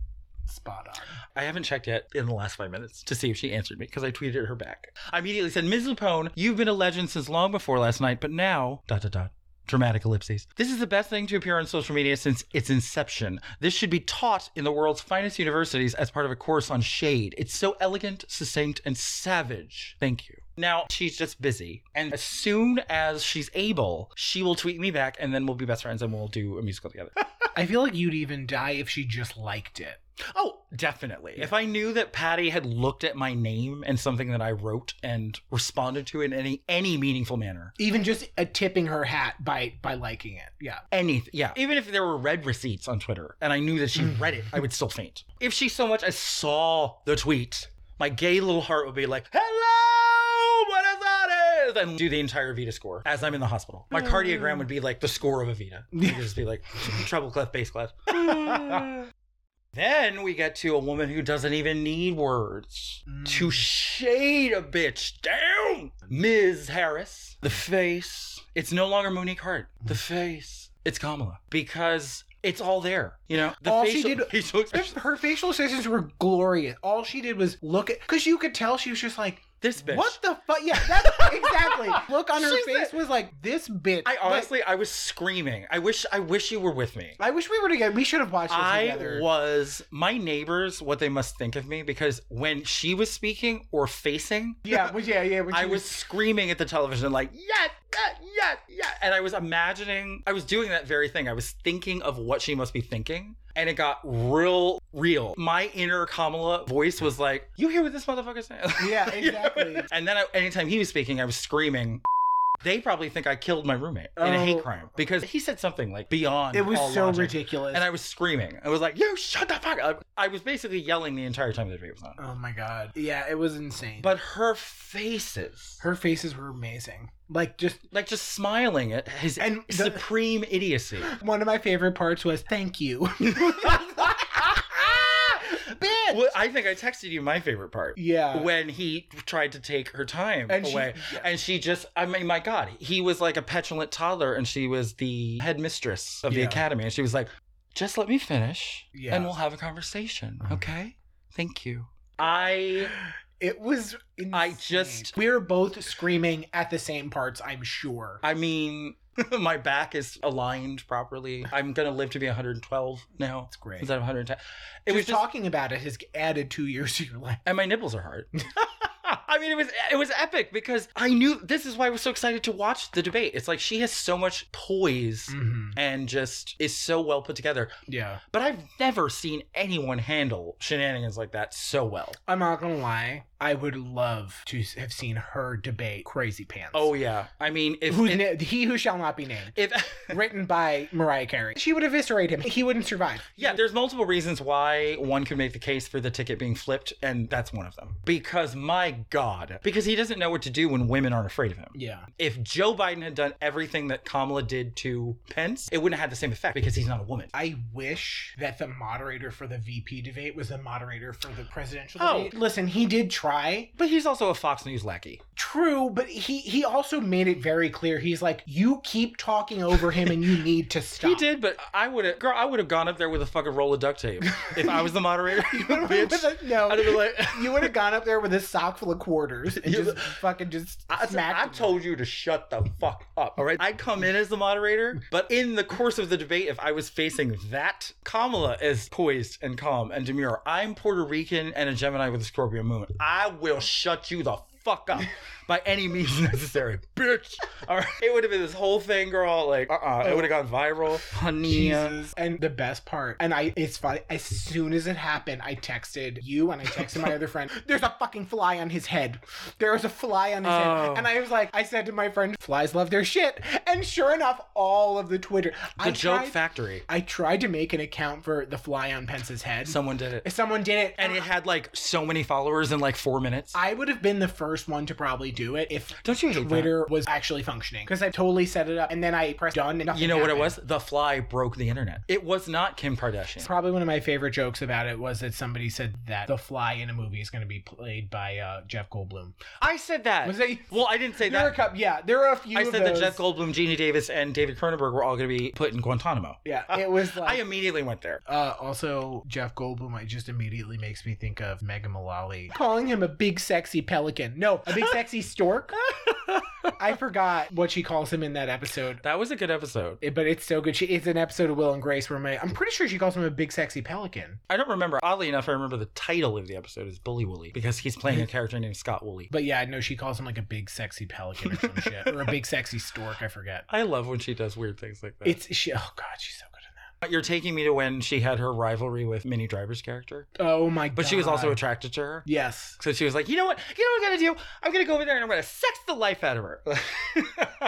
Speaker 4: spot on.
Speaker 3: I haven't checked yet in the last five minutes to see if she answered me because I tweeted her back. I immediately said, Ms. Lupone, you've been a legend since long before last night, but now, dot, dot, dot. Dramatic ellipses. This is the best thing to appear on social media since its inception. This should be taught in the world's finest universities as part of a course on shade. It's so elegant, succinct, and savage. Thank you. Now, she's just busy. And as soon as she's able, she will tweet me back and then we'll be best friends and we'll do a musical together.
Speaker 4: I feel like you'd even die if she just liked it.
Speaker 3: Oh, definitely. If I knew that Patty had looked at my name and something that I wrote and responded to in any any meaningful manner,
Speaker 4: Even just uh, tipping her hat by by liking it. Yeah.
Speaker 3: anything, yeah. Even if there were red receipts on Twitter and I knew that she read it, I would still faint. If she so much as saw the tweet, my gay little heart would be like, "Hello, buenas aires," and do the entire Vita score as I'm in the hospital. My cardiogram would be like the score of a Vita. It would just be like treble clef, bass (laughs) clef. Then we get to a woman who doesn't even need words
Speaker 4: Mm.
Speaker 3: to shade a bitch down. Ms. Harris, the face. It's no longer Monique Hart. The face. It's Kamala because it's all there. You know, the
Speaker 4: All she
Speaker 3: facial,
Speaker 4: did-
Speaker 3: (laughs) facial
Speaker 4: (laughs) Her-
Speaker 3: expression.
Speaker 4: Her facial expressions were glorious. All she did was look at, because you could tell she was just like,
Speaker 3: This bitch.
Speaker 4: "What the fuck?" Yeah, that's (laughs) exactly. Look on her
Speaker 3: She
Speaker 4: face
Speaker 3: said-
Speaker 4: was like, "This bitch."
Speaker 3: I
Speaker 4: Like,
Speaker 3: honestly, I was screaming. I wish, I wish you were with me.
Speaker 4: I wish we were together. We should have watched this
Speaker 3: I
Speaker 4: together.
Speaker 3: was my neighbors. What they must think of me because when she was speaking or facing,
Speaker 4: yeah, was, yeah, yeah. when she
Speaker 3: I was screaming at the television like, yes, yes, yes, yes. And I was imagining, I was doing that very thing. I was thinking of what she must be thinking. And it got real, real. My inner Kamala voice was like, you hear what this motherfucker's saying? (laughs)
Speaker 4: (laughs) Yeah,
Speaker 3: You know?
Speaker 4: exactly.
Speaker 3: and then I, anytime he was speaking, I was screaming. They probably think I killed my roommate in a
Speaker 4: Oh.
Speaker 3: hate crime because he said something like beyond.
Speaker 4: It was
Speaker 3: all
Speaker 4: so
Speaker 3: logic.
Speaker 4: ridiculous.
Speaker 3: And I was screaming. I was like, you shut the fuck up. I was basically yelling the entire time the video was on.
Speaker 4: oh my god. Yeah, it was insane.
Speaker 3: But her faces.
Speaker 4: her faces were amazing. Like
Speaker 3: (laughs)
Speaker 4: just
Speaker 3: like just smiling at his
Speaker 4: And the-
Speaker 3: supreme idiocy.
Speaker 4: (laughs) one of my favorite parts was
Speaker 3: (laughs)
Speaker 4: thank you. Bitch.
Speaker 3: (gasps) Well, I think I texted you my favorite part
Speaker 4: Yeah.
Speaker 3: when he tried to take her time
Speaker 4: And she-
Speaker 3: away,
Speaker 4: yeah.
Speaker 3: and she just—I mean, my God, he was like a petulant toddler, and she was the headmistress of the
Speaker 4: Yeah.
Speaker 3: academy, and she was like, "Just let me finish,
Speaker 4: Yeah.
Speaker 3: and we'll have a conversation,
Speaker 4: Mhm.
Speaker 3: okay? Thank you." Uh-huh. I
Speaker 4: It was.
Speaker 3: I
Speaker 4: insane.
Speaker 3: just-
Speaker 4: We were both screaming at the same parts. I'm sure.
Speaker 3: I mean, (laughs) my back is aligned properly. I'm gonna live to be 112 now
Speaker 4: That's great.
Speaker 3: instead of 110. It
Speaker 4: It
Speaker 3: was
Speaker 4: was
Speaker 3: just
Speaker 4: talking about it has added two years to your life.
Speaker 3: and my nipples are (laughs) hard. I mean, it was it was epic because I knew this is why I was so excited to watch the debate. It's like she has so much poise
Speaker 4: Mm-hmm.
Speaker 3: and just is so well put together.
Speaker 4: Yeah.
Speaker 3: But I've never seen anyone handle shenanigans like that so well.
Speaker 4: I'm not gonna lie. I would love to have seen her debate Crazy Pants.
Speaker 3: Oh yeah, I mean, if
Speaker 4: who
Speaker 3: if,
Speaker 4: na- he who shall not be named,
Speaker 3: if- (laughs)
Speaker 4: written by Mariah Carey. She would eviscerate him. He wouldn't survive.
Speaker 3: yeah, there's multiple reasons why one could make the case for the ticket being flipped, and that's one of them. Because my God, because he doesn't know what to do when women aren't afraid of him.
Speaker 4: Yeah.
Speaker 3: If Joe Biden had done everything that Kamala did to Pence, it wouldn't have had the same effect because he's not a woman.
Speaker 4: I wish that the moderator for the VP debate was the moderator for the presidential
Speaker 3: Oh.
Speaker 4: debate. Listen, he did try.
Speaker 3: But he's also a Fox News lackey.
Speaker 4: True, but he he also made it very clear. He's like, you keep talking over him,
Speaker 3: (laughs)
Speaker 4: and you need to stop.
Speaker 3: He
Speaker 4: (laughs)
Speaker 3: did, but I would have, girl, I would have gone up there with a fucking roll of duct tape if I was the moderator. (laughs) you
Speaker 4: With
Speaker 3: bitch.
Speaker 4: a- no,
Speaker 3: I'd have been like,
Speaker 4: you would have gone up there with a sock full of quarters
Speaker 3: (laughs)
Speaker 4: and
Speaker 3: You-
Speaker 4: just fucking just
Speaker 3: I,
Speaker 4: smack.
Speaker 3: I told you to shut the fuck up. All right. I come in as the moderator, but in the course of the debate, if I was facing that, Kamala is poised and calm and demure. I'm Puerto Rican and a Gemini with a Scorpio moon. I will shut you the fuck (laughs) up by any means necessary, bitch. All right. It would have been this whole thing, girl. Like, uh uh It would have gone viral. Honey. uh,
Speaker 4: Jesus. And the best part, and I, it's funny. As soon as it happened, I texted you and I texted my
Speaker 3: (laughs)
Speaker 4: other friend. There's a fucking fly on his head. There was a fly on his
Speaker 3: Oh.
Speaker 4: head, and I was like, I said to my friend, flies love their shit. And sure enough, all of the Twitter,
Speaker 3: The
Speaker 4: I
Speaker 3: joke
Speaker 4: tried,
Speaker 3: factory.
Speaker 4: I tried to make an account for the fly on Pence's head.
Speaker 3: Someone did it.
Speaker 4: If someone did it,
Speaker 3: And it had like so many followers in like four minutes.
Speaker 4: I would have been the first one to probably do it if
Speaker 3: Don't you hate that?
Speaker 4: Twitter was actually functioning because I totally set it up and then I pressed done and nothing.
Speaker 3: You know what it
Speaker 4: happened.
Speaker 3: was? The fly broke the internet. It was not Kim Kardashian.
Speaker 4: Probably one of my favorite jokes about it was that somebody said that the fly in a movie is going to be played by uh, Jeff Goldblum.
Speaker 3: I said that.
Speaker 4: Was that-
Speaker 3: well, I didn't say
Speaker 4: There are a
Speaker 3: that.
Speaker 4: couple, yeah, there are a few.
Speaker 3: I
Speaker 4: of
Speaker 3: said that
Speaker 4: those.
Speaker 3: Jeff Goldblum, Jeannie Davis, and David Cronenberg were all going to be put in Guantanamo.
Speaker 4: Yeah, it was
Speaker 3: (laughs)
Speaker 4: like.
Speaker 3: I immediately went there.
Speaker 4: uh, also, Jeff Goldblum. It just immediately makes me think of Megan Mullally calling him a big sexy pelican. No, a big sexy
Speaker 3: (laughs)
Speaker 4: stork. I forgot what she calls him in that episode.
Speaker 3: That was a good episode.
Speaker 4: It- but it's so good. She, it's an episode of Will and Grace where my, I'm pretty sure she calls him a big sexy pelican.
Speaker 3: I don't remember. Oddly enough, I remember the title of the episode is Bully Wooly because he's playing a character named Scott Wooly.
Speaker 4: But yeah, I know she calls him like a big sexy pelican or some shit, or a big sexy stork. I (laughs) forget.
Speaker 3: I love when she does weird things like that.
Speaker 4: It's she. Oh god, she's so good
Speaker 3: You're taking me to when she had her rivalry with Minnie Driver's character,
Speaker 4: in that. Oh my god.
Speaker 3: but she was also attracted to her.
Speaker 4: yes.
Speaker 3: So she was like, you know what? You know what I'm going to do? I'm going to go over there and I'm going to sex the life out of her.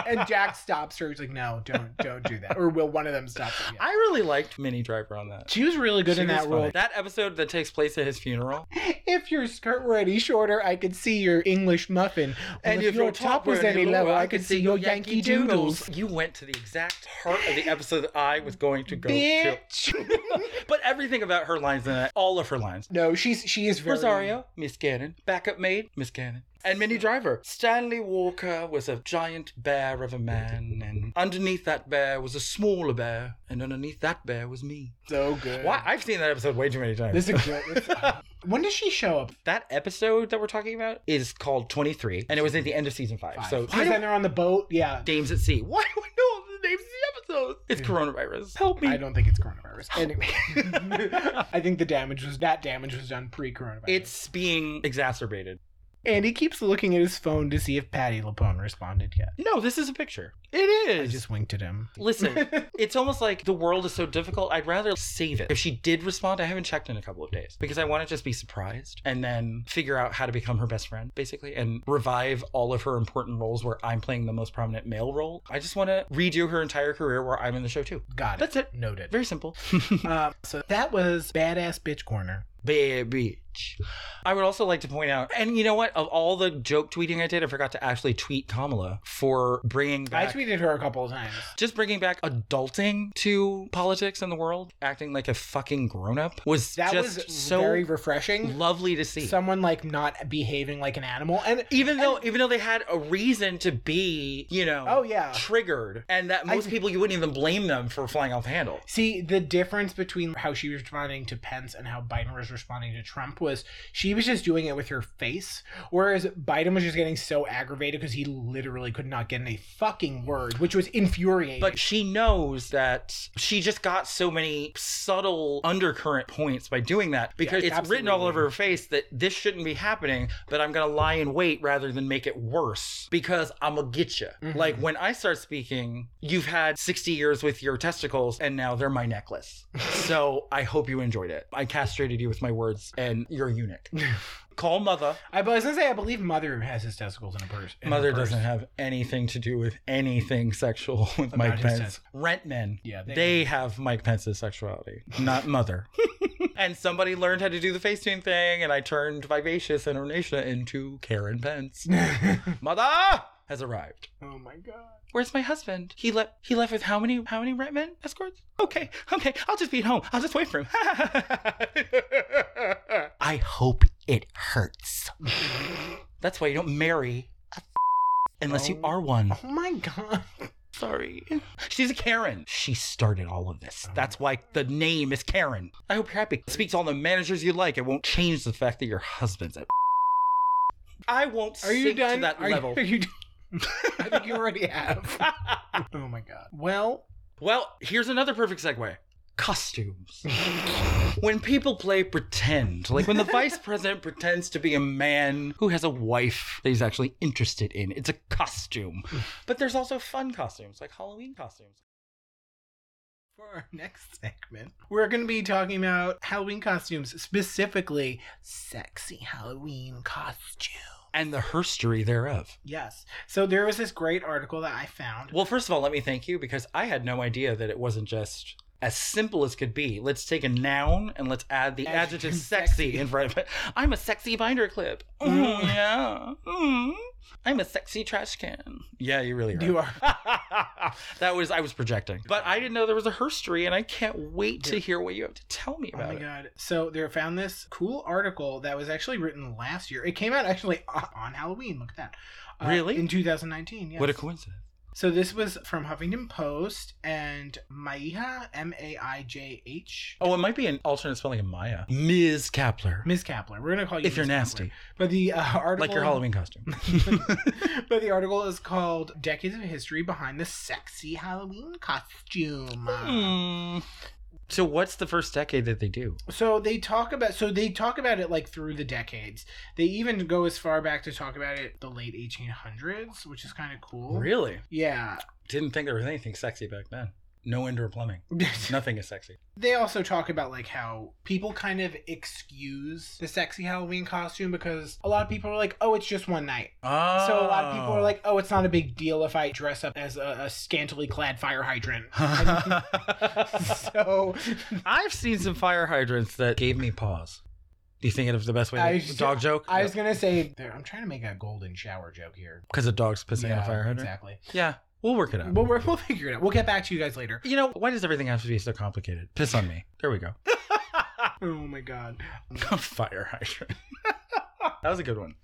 Speaker 4: And Jack stops her. He's like, "No, don't, don't do that." Or will one of them stop her? Yeah.
Speaker 3: I really liked Minnie Driver on that.
Speaker 4: She was really good
Speaker 3: She
Speaker 4: in
Speaker 3: was
Speaker 4: that
Speaker 3: funny.
Speaker 4: role.
Speaker 3: That episode that takes place at his funeral.
Speaker 4: If your skirt were any shorter, I could see your English muffin. and if, your top was any lower, I could see your Yankee doodles.
Speaker 3: You went to the exact heart of the episode that I was going to go to.
Speaker 4: Bitch. (laughs)
Speaker 3: But everything about her lines in that, all of her lines.
Speaker 4: no, she's she is very
Speaker 3: Rosario, Miss Gannon. Backup maid, Miss Gannon. And Minnie Driver. Stanley Walker was a giant bear of a man, and underneath that bear was a smaller bear, and underneath that bear was me.
Speaker 4: so good.
Speaker 3: Why? I've seen that episode way too many times.
Speaker 4: This is good. it's- when does she show up?
Speaker 3: that episode that we're talking about is called 23, and it was at the end of season five. So
Speaker 4: because then they're on the boat. Yeah,
Speaker 3: Dames at Sea. Why do I know all the names of the episodes? It's coronavirus. Help me.
Speaker 4: I don't think it's (laughs) coronavirus. Anyway, (laughs) I think the damage was that damage was done pre-coronavirus.
Speaker 3: it's being exacerbated.
Speaker 4: and he keeps looking at his phone to see if Patty Lapone responded yet.
Speaker 3: No, this is a picture. It is. (laughs)
Speaker 4: I just winked at (laughs) him.
Speaker 3: Listen, it's almost like the world is so difficult. I'd rather save it. If she did respond, I haven't checked in a couple of days because I want to just be surprised and then figure out how to become her best friend, basically, and revive all of her important roles where I'm playing the most prominent male role. I just want to redo her entire career where I'm in the show too.
Speaker 4: Got it.
Speaker 3: That's it.
Speaker 4: Noted.
Speaker 3: Very (laughs) simple.
Speaker 4: Um, so that was badass bitch corner.
Speaker 3: Bad bitch. I would also like to point out, and you know what? Of all the joke tweeting I did, I forgot to actually tweet Kamala for bringing back.
Speaker 4: I tweeted her a couple of times.
Speaker 3: just bringing back adulting to politics and the world, acting like a fucking grown up, was
Speaker 4: That
Speaker 3: just
Speaker 4: was
Speaker 3: so
Speaker 4: very refreshing.
Speaker 3: lovely to see.
Speaker 4: Someone like not behaving like an animal, and
Speaker 3: even though, even though they had a reason to be, you know,
Speaker 4: oh yeah,
Speaker 3: triggered, and that most
Speaker 4: I-
Speaker 3: people you wouldn't even blame them for flying off the handle.
Speaker 4: See, the difference between how she was responding to Pence and how Biden was responding to Trump was she was just doing it with her face, whereas Biden was just getting so aggravated because he literally could not get in a fucking word, which was infuriating.
Speaker 3: But she knows that she just got so many subtle undercurrent points by doing that because it's written all
Speaker 4: absolutely.
Speaker 3: over her face that this shouldn't be happening, but I'm going to lie in wait rather than make it worse because I'm going to get you.
Speaker 4: Mhm.
Speaker 3: Like when I start speaking, you've had 60 years with your testicles and now they're my
Speaker 4: (laughs)
Speaker 3: necklace. so I hope you enjoyed it. I castrated you with my words and you're a
Speaker 4: (laughs)
Speaker 3: eunuch. Call mother.
Speaker 4: I was gonna say, I believe Mother has his testicles in a purse. in her
Speaker 3: Mother
Speaker 4: purse.
Speaker 3: doesn't have anything to do with anything sexual (laughs) with
Speaker 4: About
Speaker 3: Mike
Speaker 4: his
Speaker 3: Pence.
Speaker 4: test-
Speaker 3: Rent men.
Speaker 4: Yeah, they-
Speaker 3: They, have Mike Pence's sexuality, not (laughs) mother. and somebody learned how to do the Facetune thing, and I turned Vivacious and Ornacia into Karen Pence. mother has arrived.
Speaker 4: (laughs) oh my god. (laughs)
Speaker 3: Where's my husband? He left. He left with how many? How many rent men escorts? Okay, okay. I'll just be at home. I'll just wait for him. (laughs)
Speaker 4: Oh
Speaker 3: I hope it hurts. That's why you don't marry a (laughs) unless you
Speaker 4: Oh.
Speaker 3: are one.
Speaker 4: Oh my god.
Speaker 3: Sorry. She's a Karen. She started all of
Speaker 4: Oh.
Speaker 3: this. That's why the name is Karen. I hope you're happy. Speak to all the managers you like. It won't change the fact that your husband's at. (laughs) I won't
Speaker 4: Are you
Speaker 3: sink
Speaker 4: done?
Speaker 3: to that
Speaker 4: Are you- (laughs)
Speaker 3: level.
Speaker 4: are you done? I think you already (laughs) have. Oh my god. Well,
Speaker 3: well, here's another perfect segue.
Speaker 4: (laughs)
Speaker 3: Costumes. when people play pretend, like when the
Speaker 4: (laughs)
Speaker 3: vice president pretends to be a man who has a wife that he's actually interested in, it's a
Speaker 4: (laughs)
Speaker 3: costume. but there's also fun costumes, like Halloween costumes.
Speaker 4: for
Speaker 3: (laughs)
Speaker 4: our next segment, we're going to be talking about Halloween costumes, specifically sexy Halloween costume.
Speaker 3: And the herstory thereof.
Speaker 4: Yes. So there was this great article that I found.
Speaker 3: Well, first of all, let me thank you because I had no idea that it wasn't just as simple as could be. Let's take a noun and let's add the
Speaker 4: Adjective
Speaker 3: adjective
Speaker 4: sexy.
Speaker 3: sexy in front of it. I'm a sexy binder clip. Oh,
Speaker 4: Mm.
Speaker 3: yeah. Mm. I'm a sexy trash can. Yeah, you really are.
Speaker 4: You are.
Speaker 3: (laughs) that was I was projecting, but I didn't know there was a herstory, and I can't wait to
Speaker 4: Yeah.
Speaker 3: hear what you have to tell me
Speaker 4: Oh
Speaker 3: about
Speaker 4: my
Speaker 3: it.
Speaker 4: god. So they found this cool article that was actually written last year. It came out actually on on Halloween. Look at that. Uh,
Speaker 3: Really?
Speaker 4: In 2019. Yes.
Speaker 3: What a coincidence!
Speaker 4: So this was from Huffington Post and Maija, M A I J H.
Speaker 3: Oh, it might be an alternate spelling of
Speaker 4: (laughs)
Speaker 3: Maya, Ms. Kapler.
Speaker 4: Ms. Kapler. We're going to call you
Speaker 3: if you're
Speaker 4: Ms. Kapler.
Speaker 3: nasty,
Speaker 4: But the uh, article
Speaker 3: like your Halloween costume.
Speaker 4: (laughs) but the article is called Decades of History Behind the Sexy Halloween Costume.
Speaker 3: Hmm. So what's the first decade that they do?
Speaker 4: So they talk about so they talk about it like through the decades. They even go as far back to talk about it the late 1800s, which is kind of cool.
Speaker 3: Really? (laughs)
Speaker 4: Yeah.
Speaker 3: Didn't think there was anything sexy back then. No indoor plumbing. Nothing is sexy.
Speaker 4: they also talk about like how people kind of excuse the sexy Halloween costume because a lot of people are like, "Oh, it's just one night."
Speaker 3: Oh.
Speaker 4: So a lot of people are (laughs) like, "Oh, it's not a big deal if I dress up as a, a scantily clad fire hydrant." And (laughs) so
Speaker 3: (laughs) I've seen some fire hydrants that gave me pause. Do you think it was the best way?
Speaker 4: I
Speaker 3: to
Speaker 4: was-
Speaker 3: dog joke?
Speaker 4: I was gonna say, there, I'm trying to make a golden shower joke here.
Speaker 3: because a dog's pissing on a fire hydrant.
Speaker 4: Exactly.
Speaker 3: Yeah, we'll work it out.
Speaker 4: Well, we're, we'll figure it out. We'll get back to you guys later.
Speaker 3: you know why does everything have to be so complicated? Piss on me. There we go.
Speaker 4: Oh my god.
Speaker 3: (laughs) fire hydrant. (laughs) that was a good one.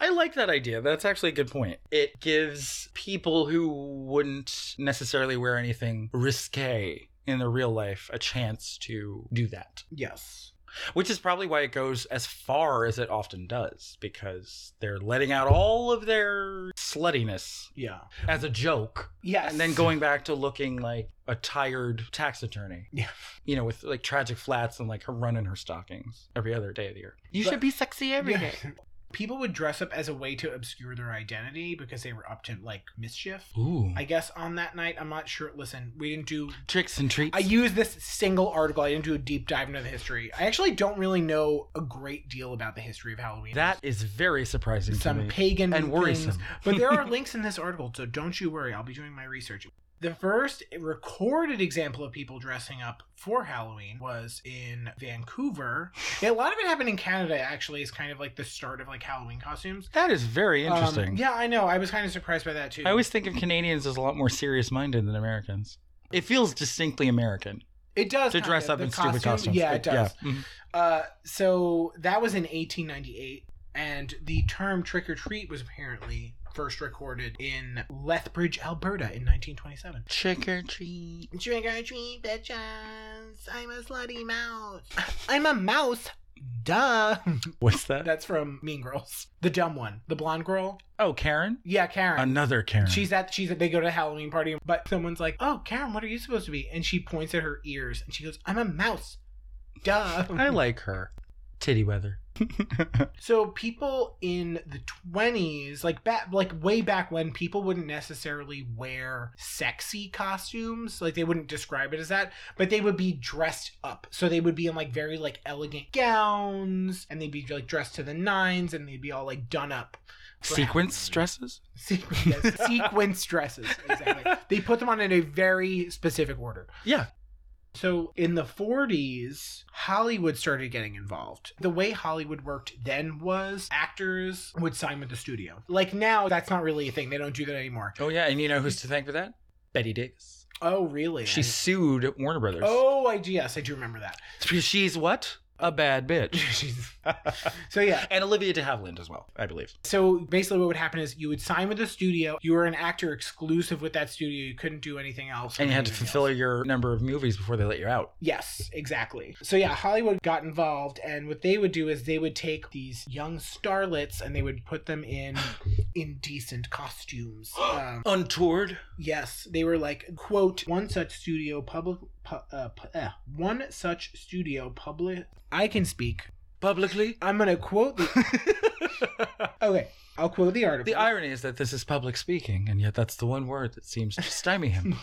Speaker 3: I like that idea. That's actually a good point. It gives people who wouldn't necessarily wear anything risque in their real life a chance to do that,
Speaker 4: Yes.
Speaker 3: which is probably why it goes as far as it often does because they're letting out all of their sluttiness
Speaker 4: Yeah.
Speaker 3: as a joke
Speaker 4: Yes.
Speaker 3: and then
Speaker 4: (laughs)
Speaker 3: going back to looking like a tired tax attorney.
Speaker 4: Yeah.
Speaker 3: You know, with like tragic flats and like her run in her stockings every other day of the year. You
Speaker 4: But-
Speaker 3: should be sexy every day.
Speaker 4: People would dress up as a way to obscure their identity because they were up to like mischief.
Speaker 3: Ooh.
Speaker 4: I guess on that night, I'm not sure. Listen, we didn't do.
Speaker 3: Tricks and treats.
Speaker 4: I used this single article. I didn't do a deep dive into the history. I actually don't really know a great deal about the history of Halloween.
Speaker 3: that is very surprising to
Speaker 4: some
Speaker 3: me.
Speaker 4: pagan
Speaker 3: and worrisome.
Speaker 4: things.
Speaker 3: (laughs)
Speaker 4: but there are links in this article, so don't you worry. I'll be doing my research. The first recorded example of people dressing up for Halloween was in
Speaker 3: (sighs)
Speaker 4: Vancouver. Yeah, a lot of it happened in Canada, actually, is kind of like the start of like Halloween costumes.
Speaker 3: That is very
Speaker 4: Um,
Speaker 3: interesting.
Speaker 4: yeah, I know. I was kind of surprised by that too.
Speaker 3: I always think of Canadians as a lot more serious minded than Americans. It feels distinctly American
Speaker 4: it does
Speaker 3: to
Speaker 4: kind
Speaker 3: dress
Speaker 4: of.
Speaker 3: up
Speaker 4: The
Speaker 3: in stupid
Speaker 4: costume-
Speaker 3: costumes.
Speaker 4: Yeah, it does.
Speaker 3: Mhm.
Speaker 4: Uh, so that was in 1898, and the term trick or treat was apparently first recorded in Lethbridge, Alberta, in 1927.
Speaker 3: Trick or treat.
Speaker 4: Trick or treat, bitches! I'm a slutty mouse. I'm a mouse. Duh. (laughs)
Speaker 3: What's that?
Speaker 4: That's from Mean Girls. The dumb one, the blonde girl.
Speaker 3: Oh, Karen?
Speaker 4: Yeah, Karen.
Speaker 3: Another Karen.
Speaker 4: She's at she's at they go to a Halloween party, but someone's like, "Oh, Karen, what are you supposed to be?" And she points at her ears and she goes, "I'm a mouse." Duh.
Speaker 3: I like her. Titty weather.
Speaker 4: (laughs) So people in the twenties, like back, like way back when, people wouldn't necessarily wear sexy costumes. Like they wouldn't describe it as that, but they would be dressed up. So they would be in like very like elegant gowns, and they'd be like dressed to the nines, and they'd be all like done up.
Speaker 3: Sequence dresses?
Speaker 4: Sequence,
Speaker 3: (laughs)
Speaker 4: yes, sequence dresses. Exactly. They put them on in a very specific order.
Speaker 3: Yeah.
Speaker 4: So in the 40s, Hollywood started getting involved. The way Hollywood worked then was actors would sign with the studio. Like now, that's not really a thing. They don't do that anymore.
Speaker 3: Oh yeah, and you know who's to thank for that? Betty Davis.
Speaker 4: Oh, really?
Speaker 3: She sued Warner Brothers.
Speaker 4: I, oh, I yes, I do remember that. (laughs)
Speaker 3: It's because she's what? a bad bitch.
Speaker 4: She's- so yeah,
Speaker 3: (laughs) and Olivia de Havilland as well, I believe.
Speaker 4: So basically, what would happen is you would sign with the studio. You were an actor exclusive with that studio. You couldn't do anything else.
Speaker 3: And you had to
Speaker 4: anything
Speaker 3: fulfill
Speaker 4: else.
Speaker 3: your number of movies before they let you out.
Speaker 4: Yes, exactly. So yeah, Hollywood got involved, and what they would do is they would take these young starlets and they would put them in (gasps) indecent costumes. Um,
Speaker 3: Untoured.
Speaker 4: yes, they were like quote one such studio public pu- uh, pu- uh, one such studio public. I can speak.
Speaker 3: Publicly.
Speaker 4: I'm gonna quote the
Speaker 3: the
Speaker 4: okay. I'll quote the article.
Speaker 3: irony is that this is public speaking, and yet that's the one word that seems to stymie
Speaker 4: (laughs)
Speaker 3: him.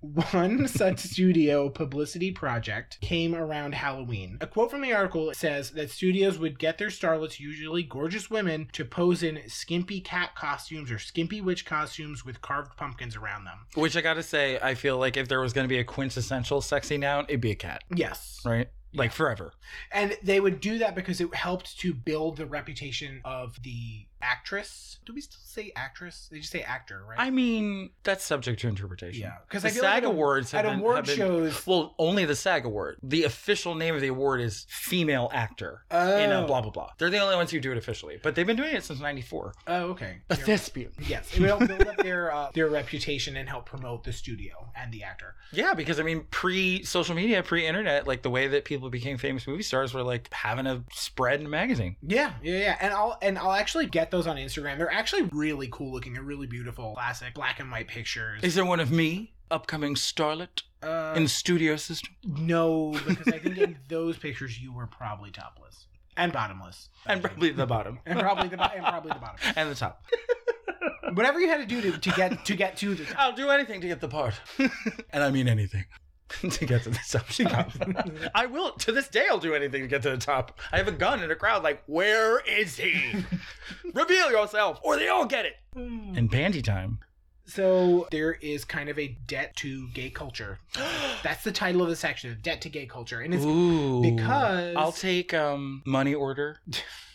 Speaker 4: One (laughs) such studio publicity project came around Halloween. A quote from the article says that studios would get their starlets, usually gorgeous women, to pose in skimpy cat costumes or skimpy witch costumes with carved pumpkins around them.
Speaker 3: Which I gotta say, I feel like if there was gonna be a quintessential sexy noun, it'd be a cat,
Speaker 4: Yes.
Speaker 3: right? Like forever.
Speaker 4: And they would do that because it helped to build the reputation of the actress. Do we still say actress? They just say actor, right?
Speaker 3: I mean, that's subject to interpretation.
Speaker 4: yeah. Because
Speaker 3: The
Speaker 4: I feel
Speaker 3: SAG
Speaker 4: like at a-
Speaker 3: Awards have
Speaker 4: at
Speaker 3: been- have
Speaker 4: award
Speaker 3: been-
Speaker 4: shows.
Speaker 3: Well, only the SAG award. The official name of the award is female actor.
Speaker 4: Oh.
Speaker 3: In a blah blah blah. They're the only ones who do it officially, but they've been doing it since '94.
Speaker 4: oh, okay. You're-
Speaker 3: thespian.
Speaker 4: Yes, it will build up their uh, (laughs) their reputation and help promote the studio and the actor.
Speaker 3: Yeah, because I mean, pre social media, pre internet, like the way that people became famous movie stars were like having a spread in a magazine.
Speaker 4: Yeah, yeah, yeah. And I'll and I'll actually get those on Instagram. They're actually really cool looking. They're really beautiful, classic black and white pictures.
Speaker 3: Is there one of me, upcoming starlet,
Speaker 4: uh,
Speaker 3: in the studio system?
Speaker 4: no, because I think in those pictures you were probably topless and bottomless,
Speaker 3: (laughs) And probably the bottom.
Speaker 4: and probably the bo- and probably the bottom.
Speaker 3: and the top.
Speaker 4: Whatever you had to do to, to get to get to the top.
Speaker 3: I'll do anything to get the part. (laughs) and I mean anything. (laughs) to get to the top. She got- (laughs) I will to this day I'll do anything to get to the top. I have a gun in a crowd, like, where is (laughs) he? Reveal yourself, or they all get it. And bandy (gasps) time.
Speaker 4: So there is kind of a debt to gay culture. That's the title of the section: debt to gay culture, and it's
Speaker 3: Ooh.
Speaker 4: because
Speaker 3: I'll take um money order.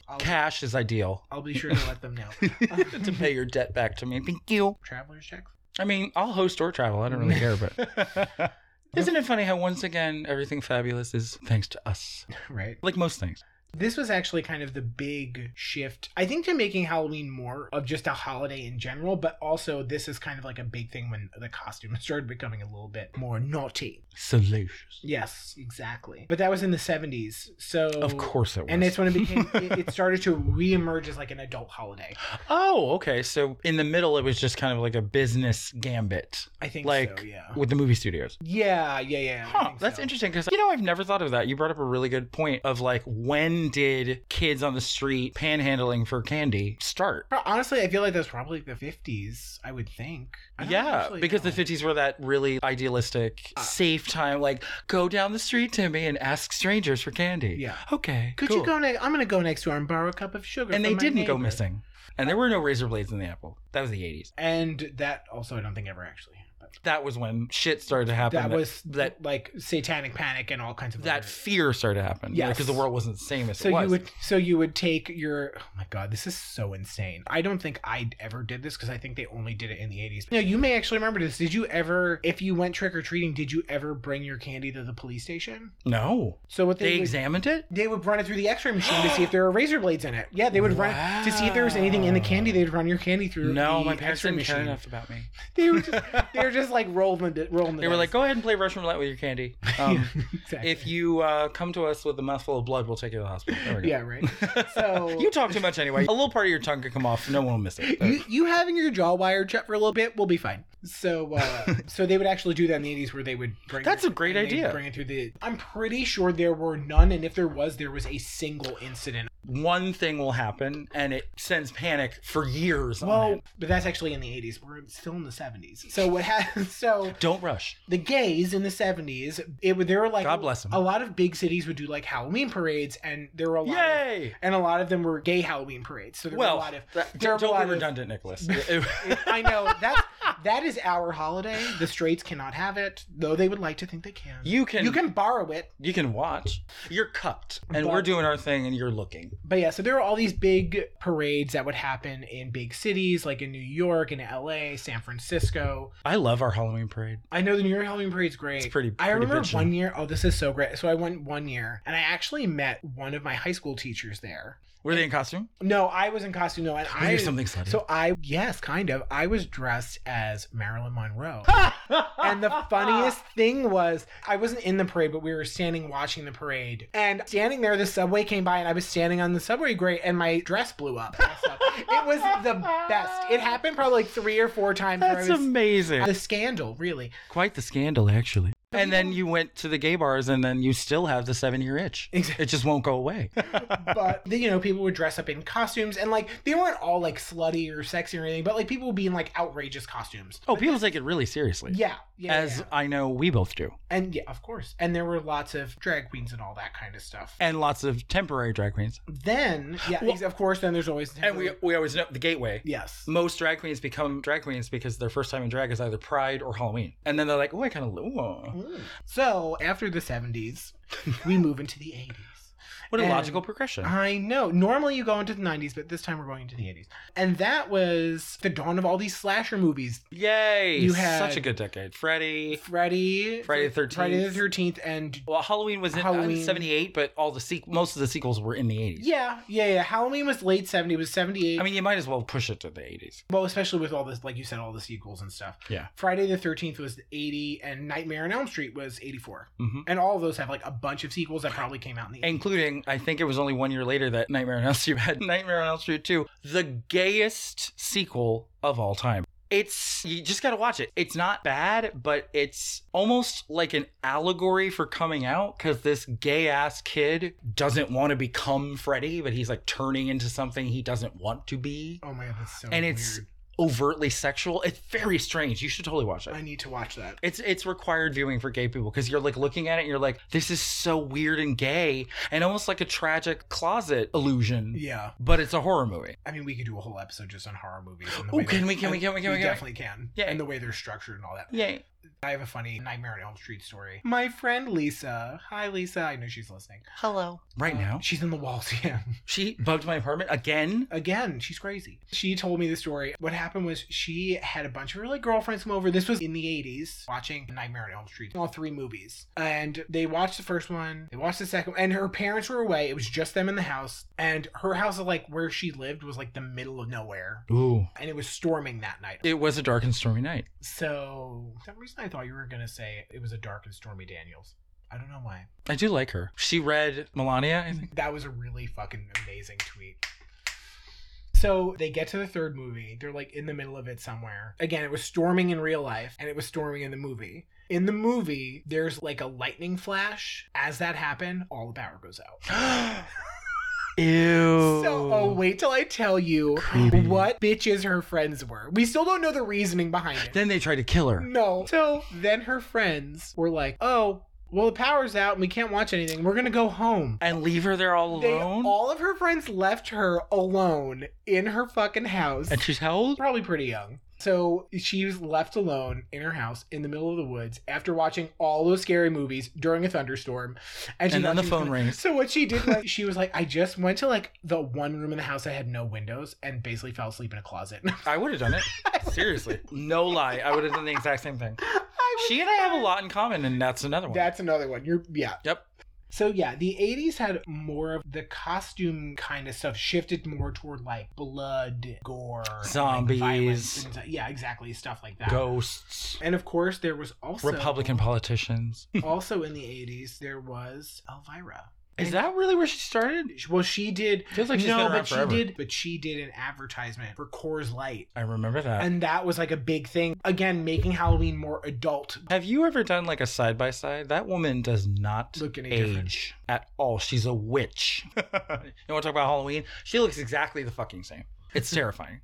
Speaker 4: I'll-
Speaker 3: Cash is (laughs) ideal.
Speaker 4: I'll be sure to let them know.
Speaker 3: (laughs) to pay your debt back to me. Thank you.
Speaker 4: Traveler's check.
Speaker 3: I mean, I'll host or travel. I don't really care, but (laughs) isn't it funny how once again everything fabulous is thanks to us?
Speaker 4: (laughs) Right.
Speaker 3: Like most things.
Speaker 4: This was actually kind of the big shift, I think, to making Halloween more of just a holiday in general, but also this is kind of like a big thing when the costumes (laughs) started becoming a little bit more naughty.
Speaker 3: Salacious.
Speaker 4: Yes, exactly. But that was in the 70s. So.
Speaker 3: Of course it was.
Speaker 4: Oh. And it's when it became, it, it started to reemerge as like an adult holiday.
Speaker 3: Oh, okay. So in the middle, it was just kind of like a business gambit
Speaker 4: I think
Speaker 3: Like,
Speaker 4: so, yeah.
Speaker 3: with the movie studios.
Speaker 4: Yeah, yeah, yeah. I
Speaker 3: Huh,
Speaker 4: think
Speaker 3: that's
Speaker 4: so.
Speaker 3: interesting because, you know, I've never thought of that. You brought up a really good point of like, when did kids on the street panhandling for candy start?
Speaker 4: Pro- Honestly, I feel like that's probably the 50s, I would think. I don't
Speaker 3: Yeah,
Speaker 4: actually
Speaker 3: because
Speaker 4: know.
Speaker 3: the 50s were that really idealistic,
Speaker 4: Uh,
Speaker 3: safe time. Like, go down the street, Timmy, and ask strangers for candy.
Speaker 4: Yeah.
Speaker 3: Okay.
Speaker 4: Could you
Speaker 3: cool.
Speaker 4: go next? I'm going to go next door and borrow a cup of sugar.
Speaker 3: And
Speaker 4: from
Speaker 3: they
Speaker 4: my
Speaker 3: didn't go
Speaker 4: neighbor.
Speaker 3: missing. And there were no razor blades in the apple. That was the 80s.
Speaker 4: and that also I don't think ever actually happened.
Speaker 3: That was when shit started to happen.
Speaker 4: That was
Speaker 3: that
Speaker 4: that like satanic panic and all kinds of
Speaker 3: that
Speaker 4: other-
Speaker 3: fear started to happen. Yeah,
Speaker 4: Yes.
Speaker 3: because the world wasn't the same as
Speaker 4: So
Speaker 3: it was.
Speaker 4: you would so you would take your oh my god this is so insane. I don't think I ever did this because I think they only did it in the eighties. No, you may actually remember this. Did you ever if you went trick or treating? Did you ever bring your candy to the police station?
Speaker 3: no,
Speaker 4: So what
Speaker 3: they,
Speaker 4: they, would,
Speaker 3: examined it.
Speaker 4: they would run it through the X-ray machine to see if there were razor blades in it. Yeah, they would run it to see if there was anything in the candy. They'd run your candy through.
Speaker 3: No,
Speaker 4: the
Speaker 3: my parents
Speaker 4: X-ray
Speaker 3: didn't care
Speaker 4: machine.
Speaker 3: enough about me.
Speaker 4: (laughs) They were just, they were just like rolling the rolling. The
Speaker 3: They were
Speaker 4: dice.
Speaker 3: like, "Go ahead and play Russian roulette with your
Speaker 4: (laughs)
Speaker 3: candy. Um, (laughs)
Speaker 4: Yeah, exactly.
Speaker 3: If you uh, come to us with a mouthful of blood, we'll take you to the hospital." There we go.
Speaker 4: (laughs) yeah
Speaker 3: (laughs)
Speaker 4: right so-
Speaker 3: you talk too much anyway. A little part of your tongue could come off. No one will miss it.
Speaker 4: you, you having your jaw wired shut for a little bit will be fine
Speaker 3: (laughs)
Speaker 4: so uh, so they would actually do that in the 80s where they would bring
Speaker 3: That's a great
Speaker 4: and they'd
Speaker 3: idea.
Speaker 4: bring it through the i'm pretty sure there were none and if there was there was a single incident
Speaker 3: One thing will happen, and it sends panic for years. on
Speaker 4: well
Speaker 3: end.
Speaker 4: but that's actually in the 80s we're still in the 70s so what happened (laughs) so
Speaker 3: don't rush.
Speaker 4: the gays in the 70s it would there were like
Speaker 3: God bless 'em.
Speaker 4: a lot of big cities would do like halloween parades and there were a lot of,
Speaker 3: Yay!
Speaker 4: and a lot of them were gay halloween parades so there were a
Speaker 3: Well,
Speaker 4: lot of
Speaker 3: that-
Speaker 4: there were a
Speaker 3: don't
Speaker 4: lot
Speaker 3: be
Speaker 4: of-
Speaker 3: redundant, Nicholas.
Speaker 4: (laughs) I know that's That is our holiday. The Straits cannot have it, though they would like to think they can.
Speaker 3: You can
Speaker 4: you can borrow it.
Speaker 3: you can watch. You're cupped, and
Speaker 4: But-
Speaker 3: we're doing our thing, and you're looking.
Speaker 4: But yeah, so there were all these big parades that would happen in big cities like in New York and LA, San Francisco.
Speaker 3: I love our Halloween parade.
Speaker 4: I know the New York Halloween Parade's great.
Speaker 3: It's pretty.
Speaker 4: I
Speaker 3: pretty
Speaker 4: remember
Speaker 3: bitchin'.
Speaker 4: one year, oh, this is so great. So I went one year and I actually met one of my high school teachers there.
Speaker 3: Were they in costume?
Speaker 4: No, I was in costume, no, and
Speaker 3: I
Speaker 4: I
Speaker 3: hear something slutty.
Speaker 4: so I yes, kind of. I was dressed as Marilyn
Speaker 3: (laughs)
Speaker 4: Monroe. And the funniest thing was, I wasn't in the parade, but we were standing watching the parade. And standing there, the subway came by, and I was standing on the subway grate, and my dress blew up. (laughs) it was the best. It happened probably like three or four times. where I
Speaker 3: That's
Speaker 4: was-
Speaker 3: amazing.
Speaker 4: the scandal, really. (laughs)
Speaker 3: Quite the scandal, actually. And then you went to the gay bars, and then you still have the seven-year itch.
Speaker 4: Exactly.
Speaker 3: It just won't go (laughs) away.
Speaker 4: But you know, people would dress up in costumes, and like they weren't all like slutty or sexy or anything, but like people would be in like outrageous costumes.
Speaker 3: oh, people take it really seriously.
Speaker 4: Yeah, yeah,
Speaker 3: as
Speaker 4: yeah.
Speaker 3: I know we both do,
Speaker 4: and yeah, of course. And there were lots of drag queens and all that kind of stuff.
Speaker 3: and lots of temporary drag queens.
Speaker 4: then, yeah,
Speaker 3: Well-
Speaker 4: ex- of course. Then there's always
Speaker 3: And we we always know the gateway.
Speaker 4: (laughs) yes,
Speaker 3: Most drag queens become drag queens because their first time in drag is either Pride or Halloween, and then they're like, "Oh, I kind of
Speaker 4: So after the 70s, we move into the 80s.
Speaker 3: (laughs) what a
Speaker 4: And-
Speaker 3: logical progression."
Speaker 4: I know. Normally you go into the 90s, but this time we're going into the 80s. And that was the dawn of all these slasher movies.
Speaker 3: Yay!
Speaker 4: You
Speaker 3: such
Speaker 4: had-
Speaker 3: a good decade. Freddy.
Speaker 4: Freddy,
Speaker 3: Friday the 13th.
Speaker 4: Friday the 13th, and
Speaker 3: Well, Halloween was in
Speaker 4: Halloween.
Speaker 3: '78, but all the sequ- most of the sequels were in the '80s.
Speaker 4: yeah, yeah, yeah. Halloween was late 70, it was 78.
Speaker 3: I mean, you might as well push it to the '80s.
Speaker 4: well, especially with all this, like you said, all the sequels and stuff.
Speaker 3: Yeah.
Speaker 4: Friday the 13th was 80, and Nightmare on Elm Street was 84.
Speaker 3: hmm
Speaker 4: And all of those have like a bunch of sequels that probably came out in the 80s.
Speaker 3: including I think it was only one year later that Nightmare on Elm Street (laughs) had Nightmare on Elm Street 2, the gayest sequel of all time. It's you just got to watch it. It's not bad, but it's almost like an allegory for coming out cuz this gay ass kid doesn't want to become Freddy, but he's like turning into something he doesn't want to be.
Speaker 4: Oh my god, that's so
Speaker 3: And it's-
Speaker 4: weird.
Speaker 3: Overtly sexual. It's very strange. You should totally watch it.
Speaker 4: I need to watch that.
Speaker 3: It's it's required viewing for gay people because you're like looking at it and you're like, this is so weird and gay and almost like a tragic closet illusion.
Speaker 4: Yeah.
Speaker 3: But it's a horror movie.
Speaker 4: I mean, we could do a whole episode just on horror movies. and the
Speaker 3: Oh,
Speaker 4: way
Speaker 3: can
Speaker 4: they're-
Speaker 3: we, can we, can we, can we,
Speaker 4: we
Speaker 3: can we?
Speaker 4: definitely can.
Speaker 3: Yeah.
Speaker 4: And the way they're structured and all that.
Speaker 3: Yay.
Speaker 4: I have a funny Nightmare on Elm Street story. My friend Lisa. Hi, Lisa. I know she's listening.
Speaker 3: Hello. Right
Speaker 4: Uh,
Speaker 3: now.
Speaker 4: She's in the walls, (laughs) yeah.
Speaker 3: She bugged my apartment again.
Speaker 4: Again, she's crazy. She told me the story. What happened was she had a bunch of her like girlfriends come over. This was in the 80s, watching Nightmare on Elm Street, all three movies. And they watched the first one, they watched the second one, and her parents were away. It was just them in the house. And her house, like where she lived, was like the middle of nowhere.
Speaker 3: Ooh.
Speaker 4: And it was storming that night.
Speaker 3: It was a dark and stormy night.
Speaker 4: So, for some reason I thought you were going to say it was a dark and stormy Daniels. I don't know why.
Speaker 3: I do like her. She read Melania, I
Speaker 4: (gasps)
Speaker 3: think.
Speaker 4: That was a really fucking amazing tweet. So they get to the third movie. They're like in the middle of it somewhere. Again, it was storming in real life and it was storming in the movie. In the movie, there's like a lightning flash. As that happened, all the power goes out.
Speaker 3: Ew.
Speaker 4: So, oh, wait till I tell you
Speaker 3: Creepy.
Speaker 4: what bitches her friends were. We still don't know the reasoning behind it.
Speaker 3: Then they tried to kill her.
Speaker 4: No. So then her friends were like, oh, well, the power's out and we can't watch anything. We're going to go home.
Speaker 3: And leave her there all
Speaker 4: They,
Speaker 3: alone?
Speaker 4: all of her friends left her alone in her fucking house.
Speaker 3: and she's how old?
Speaker 4: probably pretty young. So she was left alone in her house in the middle of the woods after watching all those scary movies during a thunderstorm. she
Speaker 3: And then
Speaker 4: thought
Speaker 3: the
Speaker 4: she was
Speaker 3: phone
Speaker 4: gonna- (laughs)
Speaker 3: rings.
Speaker 4: So what she did
Speaker 3: (laughs)
Speaker 4: was she was like, I just went to like the one room in the house that had no windows and basically fell asleep in a closet. (laughs)
Speaker 3: I would have done it. Seriously. No lie. I would have done the exact same thing.
Speaker 4: I was
Speaker 3: She and I have
Speaker 4: dead.
Speaker 3: a lot in common, and that's another one.
Speaker 4: That's another one. You're yeah.
Speaker 3: Yep.
Speaker 4: So yeah, the 80s had more of the costume kind of stuff shifted more toward like blood, gore, like,
Speaker 3: Zombies.
Speaker 4: violence, things like- yeah, exactly, stuff like that.
Speaker 3: Ghosts,
Speaker 4: And of course, there was also
Speaker 3: Republican (laughs) politicians.
Speaker 4: also in the 80s, there was Elvira.
Speaker 3: Is that really where she started?
Speaker 4: Well, she did.
Speaker 3: Feels like she's
Speaker 4: no,
Speaker 3: been around
Speaker 4: but
Speaker 3: forever.
Speaker 4: she did. But she did an advertisement for Coors Light,
Speaker 3: I remember that.
Speaker 4: and that was like a big thing. Again, making Halloween more adult.
Speaker 3: have you ever done like a side by side? That woman does not
Speaker 4: Look any
Speaker 3: age
Speaker 4: different.
Speaker 3: at all. She's a
Speaker 4: (laughs)
Speaker 3: witch. you want to talk about Halloween? She looks exactly the fucking same. It's terrifying.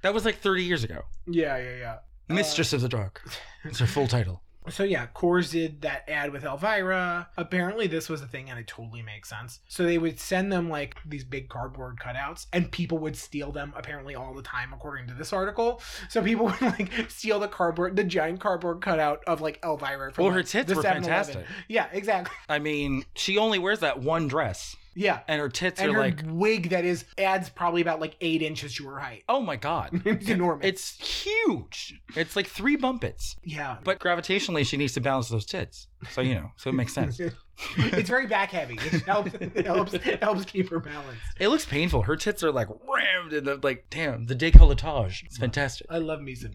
Speaker 3: that was like 30 years ago.
Speaker 4: Yeah, yeah, yeah. (laughs)
Speaker 3: Mistress of the Dark. It's her full title.
Speaker 4: So yeah, Coors did that ad with Elvira. Apparently, this was a thing, and it totally makes sense. So they would send them like these big cardboard cutouts, and people would steal them. Apparently, all the time, according to this article. So people (laughs) would like steal the cardboard, the giant cardboard cutout of like Elvira.
Speaker 3: Well,
Speaker 4: like,
Speaker 3: her tits
Speaker 4: the
Speaker 3: were
Speaker 4: 7-Eleven.
Speaker 3: fantastic.
Speaker 4: Yeah, exactly. (laughs)
Speaker 3: I mean, she only wears that one dress,
Speaker 4: Yeah,
Speaker 3: and her tits
Speaker 4: and
Speaker 3: are
Speaker 4: her
Speaker 3: like,
Speaker 4: wig that is adds probably about like eight inches to her height. (laughs)
Speaker 3: oh my god,
Speaker 4: It's enormous.
Speaker 3: it's huge. It's like three bumpets.
Speaker 4: yeah.
Speaker 3: But gravitationally, she needs to balance those tits. So you know, so it makes sense.
Speaker 4: (laughs) it's very back heavy. It helps, (laughs) it helps, it helps keep her balanced.
Speaker 3: It looks painful. Her tits are like rammed in the like. Damn, the decolletage. It's fantastic. (laughs)
Speaker 4: I love me some.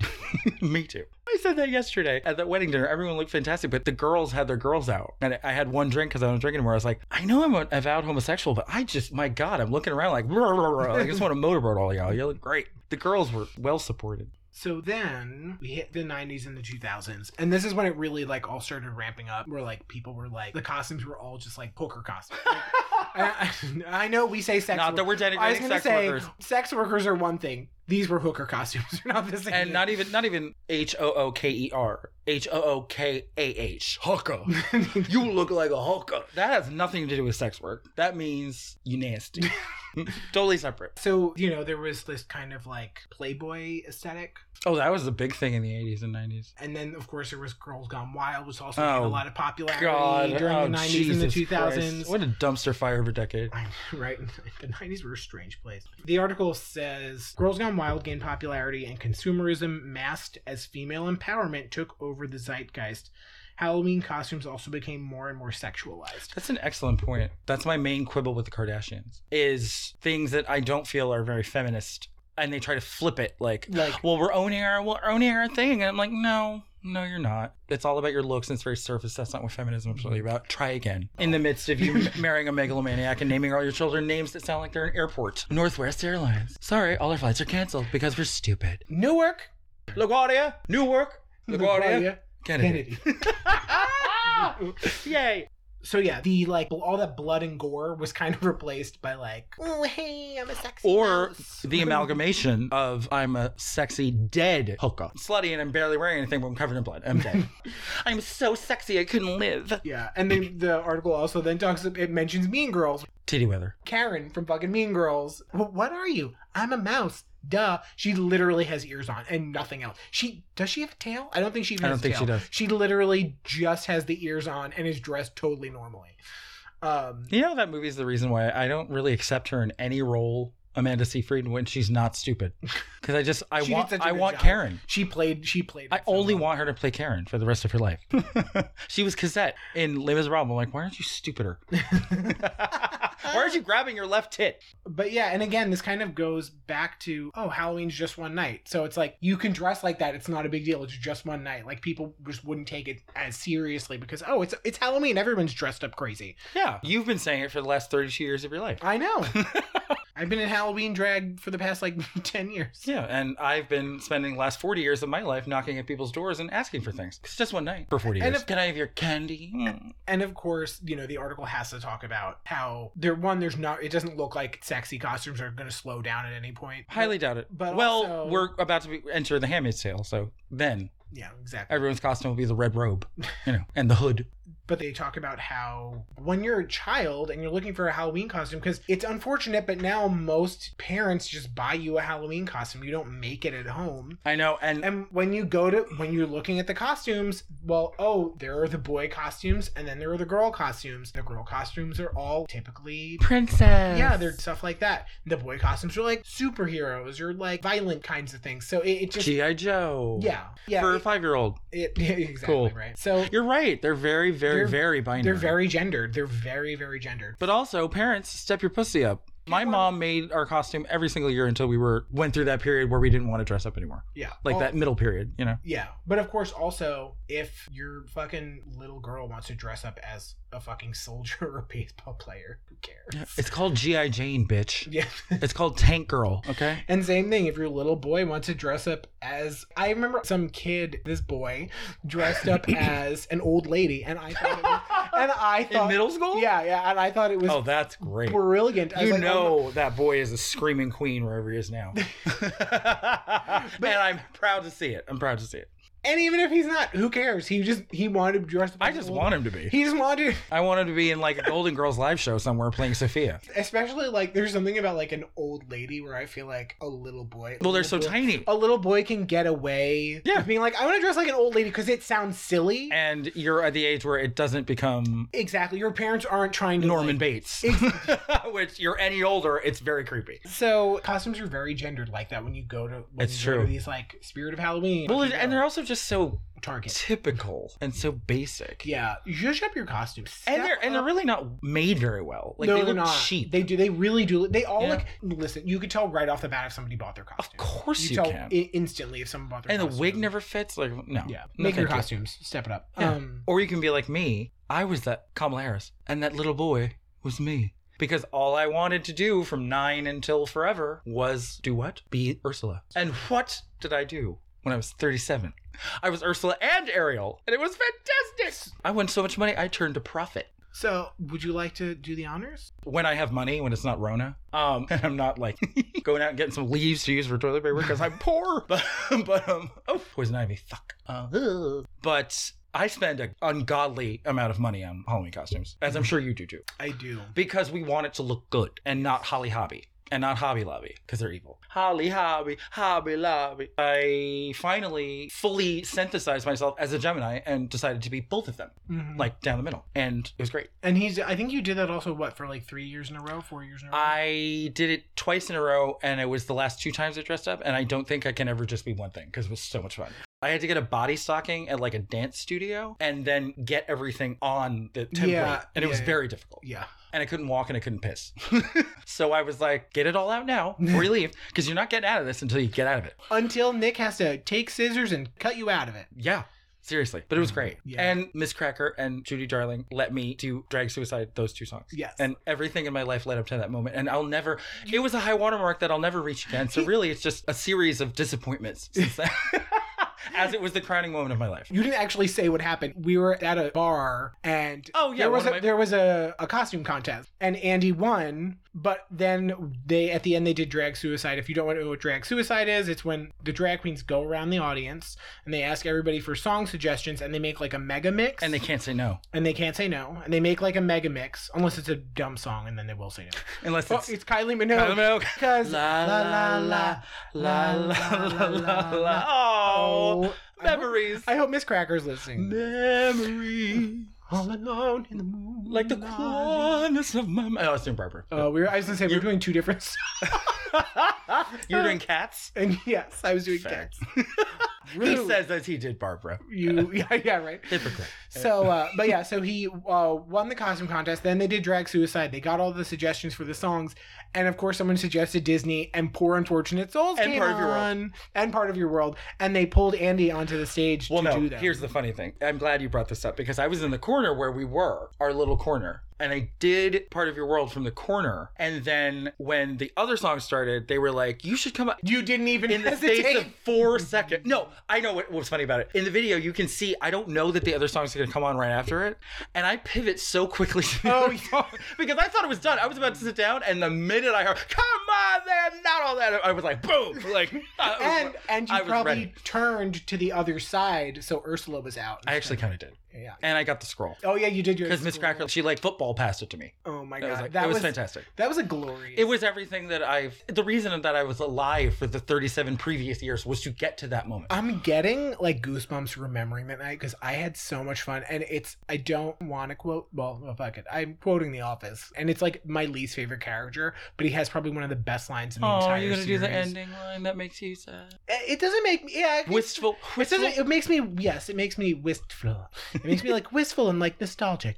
Speaker 3: Me too. I said that yesterday at that wedding dinner. Everyone looked fantastic, but the girls had their girls out. And I had one drink because I don't drink anymore. I was like, I know I'm an avowed homosexual, but I just, my God, I'm looking around like, (laughs) "Rah, rah, rah." I just want to motorboat all y'all. You look great. The girls were well supported.
Speaker 4: So then we hit the 90s and the 2000s, and this is when it really like all started ramping up. Where like people were like the costumes were all just like poker costumes. Like, I, I- I know we say sex.
Speaker 3: Not that
Speaker 4: work-
Speaker 3: we're
Speaker 4: I was
Speaker 3: denigrating
Speaker 4: gonna
Speaker 3: sex
Speaker 4: say
Speaker 3: workers.
Speaker 4: sex workers are one thing. These were hooker costumes. (laughs) They're not the same.
Speaker 3: And not even, not even H O O K E R, H O O K A H, hooker. You look like a hooker. That has nothing to do with sex work. That means you (laughs) nasty. totally separate.
Speaker 4: (laughs) so you know there was this kind of like Playboy aesthetic,
Speaker 3: Oh, that was a big thing in the 80s and 90s.
Speaker 4: and then of course there was Girls Gone Wild, which also
Speaker 3: Oh,
Speaker 4: gained a lot of popularity
Speaker 3: God,
Speaker 4: during
Speaker 3: oh,
Speaker 4: the 90s and
Speaker 3: Jesus
Speaker 4: the 2000s.
Speaker 3: Christ. What a dumpster fire of a decade.
Speaker 4: I know, (laughs) right? The 90s were a strange place. The article says Girls Gone Wild gained popularity and consumerism masked as female empowerment took over the zeitgeist. Halloween costumes also became more and more sexualized.
Speaker 3: That's an excellent point. That's my main quibble with the Kardashians is things that I don't feel are very feminist, and they try to flip it like,
Speaker 4: Like-
Speaker 3: well, we're owning our we're owning our thing, and I'm like, no, no, you're not. It's all about your looks, and it's very surface. That's not what feminism is really about. Try again. In the midst of you (laughs) marrying a megalomaniac and naming all your children names that sound like they're an airport, Northwest Airlines. Sorry, all our flights are canceled because we're stupid.
Speaker 4: Newark,
Speaker 3: LaGuardia, Newark, LaGuardia,
Speaker 4: LaGuardia,
Speaker 3: Kennedy.
Speaker 4: Kennedy.
Speaker 3: Yay.
Speaker 4: (laughs) so yeah, the like all that blood and gore was kind of replaced by like, oh hey, I'm a sexy
Speaker 3: Or
Speaker 4: mouse."
Speaker 3: the amalgamation of I'm a sexy dead hooker. Slutty and I'm barely wearing anything but I'm covered in blood. I'm dead. I'm so sexy I couldn't live.
Speaker 4: (laughs) Yeah, and then the article also then talks. It mentions Mean Girls,
Speaker 3: Titty weather.
Speaker 4: Karen from fucking Mean Girls. "Wh- What are you? I'm a mouse. Duh. She literally has ears on and nothing else. She does she have a tail? I don't think she even
Speaker 3: I
Speaker 4: has
Speaker 3: don't think
Speaker 4: a
Speaker 3: she
Speaker 4: tail.
Speaker 3: does.
Speaker 4: She literally just has the ears on and is dressed totally normally. Um
Speaker 3: You know that movie's the reason why I don't really accept her in any role, Amanda Seyfried, when she's not
Speaker 4: (laughs)
Speaker 3: stupid. Because I just I
Speaker 4: She
Speaker 3: want
Speaker 4: did such a
Speaker 3: I
Speaker 4: good
Speaker 3: want
Speaker 4: job.
Speaker 3: Karen.
Speaker 4: she played she played
Speaker 3: I
Speaker 4: it so
Speaker 3: only
Speaker 4: well.
Speaker 3: want her to play Karen for the rest of her
Speaker 4: (laughs)
Speaker 3: life. she was Cosette in Les Miserables. I'm like, why aren't you
Speaker 4: (laughs)
Speaker 3: stupider? (laughs) why aren't you grabbing your left tit?
Speaker 4: But yeah, and again, this kind of goes back to oh, Halloween's just one night. So it's like you can dress like that, it's not a big deal. It's just one night. Like people just wouldn't take it as seriously because oh, it's it's Halloween, everyone's dressed up crazy.
Speaker 3: Yeah, you've been saying it for the last 32 years of your life.
Speaker 4: I know. I've been in Halloween drag for the past like (laughs) 10 years.
Speaker 3: Yeah, and I've been spending the last 40 years of my life knocking at people's doors and asking for things. It's just one night for 40
Speaker 4: And
Speaker 3: years.
Speaker 4: if-
Speaker 3: Can I have your candy? Mm.
Speaker 4: And of course, you know, the article has to talk about how there one there's not it doesn't look like sexy costumes are going to slow down at any point.
Speaker 3: Highly doubt it.
Speaker 4: but
Speaker 3: well,
Speaker 4: also-
Speaker 3: we're about to be, enter the Handmaid's Tale, so then
Speaker 4: Yeah, exactly.
Speaker 3: everyone's costume will be the red robe, you know, and the
Speaker 4: (laughs)
Speaker 3: hood.
Speaker 4: But they talk about how when you're a child and you're looking for a Halloween costume cuz it's unfortunate but now most parents just buy you a Halloween costume. You don't make it at home.
Speaker 3: I know, and
Speaker 4: And when you go to when you're looking at the costumes, well, oh, there are the boy costumes and then there are the girl costumes. The girl costumes are all typically
Speaker 3: princess.
Speaker 4: yeah, they're stuff like that. The boy costumes are like superheroes or like violent kinds of things. So it, it just
Speaker 3: GI Joe.
Speaker 4: yeah yeah
Speaker 3: for a
Speaker 4: it-
Speaker 3: five-year-old.
Speaker 4: it- (laughs) exactly
Speaker 3: Cool.
Speaker 4: right. So
Speaker 3: You're right. They're very, very,
Speaker 4: They're-
Speaker 3: very binary.
Speaker 4: they're very gendered. They're very very gendered.
Speaker 3: But also, parents, step your pussy up. My mom made our costume every single year until we were went through that period where we didn't want to dress up anymore.
Speaker 4: Yeah,
Speaker 3: Like
Speaker 4: Al-
Speaker 3: that middle period, you know.
Speaker 4: Yeah, but of course, also if your fucking little girl wants to dress up as a fucking (laughs) soldier or a baseball player, who cares?
Speaker 3: It's called GI Jane, bitch.
Speaker 4: (laughs) Yeah.
Speaker 3: It's called Tank Girl, okay?
Speaker 4: And same thing, if your little boy wants to dress up as I remember some kid, this boy,
Speaker 3: (laughs)
Speaker 4: dressed up as an old lady, and I thought, it was, and I thought,
Speaker 3: school?
Speaker 4: yeah, yeah, and I thought it was
Speaker 3: Oh, that's great.
Speaker 4: brilliant. I was
Speaker 3: You
Speaker 4: like,
Speaker 3: know
Speaker 4: oh
Speaker 3: that boy is a screaming
Speaker 4: (laughs)
Speaker 3: queen wherever he is now. Man, I'm proud to see it. I'm proud to see it.
Speaker 4: my- And even if he's not, who cares? He just he wanted to dress up.
Speaker 3: I
Speaker 4: as a
Speaker 3: just
Speaker 4: woman.
Speaker 3: want him to be.
Speaker 4: He just wanted to
Speaker 3: I want him to be in like a Golden Girls live show somewhere playing Sophia.
Speaker 4: especially like there's something about like an old lady where I feel like a little boy.
Speaker 3: Well, they're
Speaker 4: little
Speaker 3: so
Speaker 4: boy-
Speaker 3: tiny.
Speaker 4: A little boy can get away.
Speaker 3: Yeah.
Speaker 4: with being like I want to dress like an old lady because it sounds silly.
Speaker 3: And you're at the age where it doesn't become
Speaker 4: exactly, your parents aren't trying to
Speaker 3: Norman
Speaker 4: like-
Speaker 3: Bates, (laughs) which you're any older, it's very creepy.
Speaker 4: so costumes are very gendered like that when you go to. When
Speaker 3: It's
Speaker 4: you go to
Speaker 3: true.
Speaker 4: these like spirit of Halloween.
Speaker 3: Well,
Speaker 4: you
Speaker 3: and
Speaker 4: go
Speaker 3: they're also just so
Speaker 4: Target.
Speaker 3: typical and so basic.
Speaker 4: Yeah, zhuzh up your costumes.
Speaker 3: And
Speaker 4: Step
Speaker 3: they're and they're
Speaker 4: up.
Speaker 3: really not made very well. Like
Speaker 4: no,
Speaker 3: they
Speaker 4: are
Speaker 3: look
Speaker 4: not.
Speaker 3: cheap.
Speaker 4: They do. They really do. They all
Speaker 3: Yeah.
Speaker 4: look. Listen, you could tell right off the bat if somebody bought their
Speaker 3: of
Speaker 4: costume.
Speaker 3: course you,
Speaker 4: you, tell
Speaker 3: can.
Speaker 4: i- instantly if someone bought their
Speaker 3: and the
Speaker 4: costume.
Speaker 3: wig never fits. Like no.
Speaker 4: Yeah,
Speaker 3: No,
Speaker 4: make your
Speaker 3: thank you.
Speaker 4: costumes. Step it up.
Speaker 3: Yeah.
Speaker 4: Um,
Speaker 3: Or you can be like me. I was that Kamala Harris, and that little boy was me. Because all I wanted to do from nine until forever was do what? Be Ursula. And what did I do when I was 37? I was Ursula and Ariel, and it was fantastic. I won so much money, I turned to profit.
Speaker 4: so, would you like to do the honors?
Speaker 3: When I have money, when it's not Rona, um, (laughs) and I'm not like going out and getting some leaves to use for toilet paper because I'm poor. (laughs) But, but um, oh, poison ivy, fuck. Uh, ugh. but I spend an ungodly amount of money on Halloween costumes, as I'm sure you do too,
Speaker 4: I do.
Speaker 3: because we want it to look good and not Holly Hobby and not Hobby Lobby because they're evil. Holly Hobby, Hobby Lobby. I finally fully synthesized myself as a Gemini and decided to be both of them,
Speaker 4: Like,
Speaker 3: like down the middle, and it was great.
Speaker 4: Mm-hmm. and he's. I think you did that also. What for? Like three years in a row, four years in a row.
Speaker 3: I did it twice in a row, and it was the last two times I dressed up. And I don't think I can ever just be one thing because it was so much fun. I had to get a body stocking at like a dance studio and then get everything on the template.
Speaker 4: Yeah,
Speaker 3: and it was
Speaker 4: yeah.
Speaker 3: very difficult.
Speaker 4: yeah.
Speaker 3: And I couldn't walk and I couldn't
Speaker 4: (laughs)
Speaker 3: piss. so I was like, get it all out now before you leave because you're not getting out of this until you get out of it.
Speaker 4: Until Nick has to take scissors and cut you out of it.
Speaker 3: Yeah. Seriously, but it was great.
Speaker 4: Mm, Yeah.
Speaker 3: And Miss Cracker and Judy Darling let me do Drag Suicide, those two songs.
Speaker 4: Yes.
Speaker 3: And everything in my life led up to that moment. And I'll never, it was a high watermark that I'll never reach again. So really, it's just a series of disappointments (laughs) since then. as it was the crowning moment of my life.
Speaker 4: You didn't actually say what happened. We were at a bar and
Speaker 3: Oh, yeah,
Speaker 4: there was
Speaker 3: one
Speaker 4: a,
Speaker 3: of my-
Speaker 4: there was a, a costume contest and Andy won, but then they at the end they did drag suicide. If you don't know what drag suicide is, it's when the drag queens go around the audience and they ask everybody for song suggestions and they make like a mega mix
Speaker 3: And they can't say no
Speaker 4: and they can't say no and they make like a mega mix unless it's a dumb song and then they will say no.
Speaker 3: (laughs) unless
Speaker 4: Well,
Speaker 3: it's.
Speaker 4: it's Kylie
Speaker 3: I don't
Speaker 4: Minogue
Speaker 3: know.
Speaker 4: because
Speaker 3: La la la la la la la la. Oh,
Speaker 4: I hope-
Speaker 3: memories.
Speaker 4: I hope Miss Cracker's listening.
Speaker 3: Memories.
Speaker 4: All alone in the moonlight.
Speaker 3: Like the coolness of my. Oh, it's doing Barber.
Speaker 4: Uh, we were, I was gonna say we were doing two different.
Speaker 3: (laughs) you were doing cats.
Speaker 4: (laughs) and yes, I was doing
Speaker 3: Fair.
Speaker 4: cats.
Speaker 3: (laughs) He
Speaker 4: Rude.
Speaker 3: says as he did Barbara.
Speaker 4: you. (laughs) Yeah, yeah, right.
Speaker 3: Hypocrite.
Speaker 4: So, uh, but yeah, so he uh, won the costume contest. Then they did drag suicide. They got all the suggestions for the songs, and of course, someone suggested Disney and Poor Unfortunate Souls
Speaker 3: And
Speaker 4: came
Speaker 3: Part of Your World.
Speaker 4: on, and part of your world. And they pulled Andy onto the stage
Speaker 3: Well,
Speaker 4: to
Speaker 3: no.
Speaker 4: do that.
Speaker 3: Here's the funny thing. I'm glad you brought this up because I was in the corner where we were, our little corner, and I did part of your world from the corner. And then when the other song started, they were like, "You should
Speaker 4: (laughs)
Speaker 3: come up."
Speaker 4: you didn't even
Speaker 3: In the
Speaker 4: hesitate.
Speaker 3: space of four seconds. No, I know what, what's funny about it. In the video, you can see I don't know that the other song's going to come on right after it, and I pivot so quickly to the
Speaker 4: Oh,
Speaker 3: other song (laughs) because I thought it was done. I was about to sit down, and the minute I heard "Come on, then not all that," I was like, "Boom!" Like, (laughs) uh, I was-
Speaker 4: and and you
Speaker 3: I was
Speaker 4: probably
Speaker 3: ready.
Speaker 4: turned to the other side, so Ursula was out.
Speaker 3: I actually kind of did,
Speaker 4: yeah.
Speaker 3: and I got the scroll.
Speaker 4: Oh yeah, you did your
Speaker 3: Because Miss Cracker, she like football passed it to me.
Speaker 4: Oh my
Speaker 3: It
Speaker 4: god,
Speaker 3: was like,
Speaker 4: that
Speaker 3: it was,
Speaker 4: was
Speaker 3: fantastic.
Speaker 4: That was a glorious.
Speaker 3: It was everything that I've. The reason that I was alive for the 37 previous years was to get to that moment.
Speaker 4: I'm getting like goosebumps remembering that night because I had so much fun, and it's I don't want to quote. Well, well, fuck it, I'm quoting The Office, and it's like my least favorite character, but he has probably one of the best lines in the
Speaker 3: oh,
Speaker 4: entire
Speaker 3: you're gonna
Speaker 4: series. Eh,
Speaker 3: do the ending line that makes you sad.
Speaker 4: It it doesn't make me. Yeah, it-
Speaker 3: Wistful.
Speaker 4: It
Speaker 3: wistful.
Speaker 4: doesn't. It makes me. Yes, it makes me wistful. It makes me like (laughs) wistful and like nostalgic.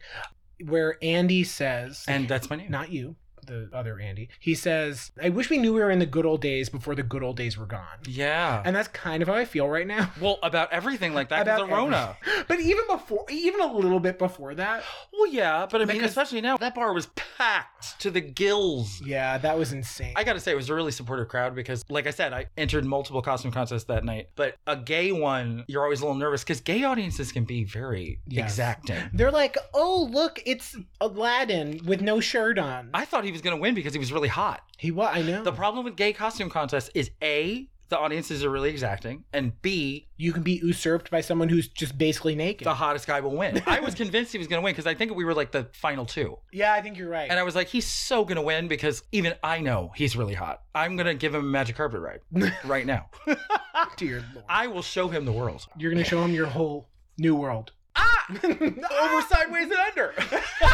Speaker 4: Where Andy says,
Speaker 3: and that's my name.
Speaker 4: not you the other andy he says i wish we knew we were in the good old days before the good old days were gone
Speaker 3: Yeah.
Speaker 4: and that's kind of how i feel right now (laughs)
Speaker 3: well, about everything like that. About the Rona.
Speaker 4: everything. but even before even a little bit before that
Speaker 3: Well, yeah, but I mean,
Speaker 4: Because-
Speaker 3: especially now, that bar was packed to the gills.
Speaker 4: yeah that was insane
Speaker 3: I gotta say, it was a really supportive crowd because, like I said, I entered multiple costume contests that night. But a gay one, you're always a little nervous because gay audiences can be very
Speaker 4: Yes.
Speaker 3: exacting.
Speaker 4: they're like oh look it's aladdin with no shirt on
Speaker 3: I thought he was gonna win because he was really hot.
Speaker 4: he what i know
Speaker 3: The problem with gay costume contests is A, the audiences are really exacting, and B,
Speaker 4: You can be usurped by someone who's just basically naked.
Speaker 3: the hottest guy will win. I was convinced he was going to win because I think we were like the final two.
Speaker 4: yeah, I think you're right.
Speaker 3: And I was like, he's so going to win because even I know he's really hot. I'm going to give him a magic carpet ride right now.
Speaker 4: Ah, Dear Lord.
Speaker 3: I will show him the world.
Speaker 4: you're gonna show him your whole new world. (laughs)
Speaker 3: Ah!
Speaker 4: Over
Speaker 3: Over sideways and under.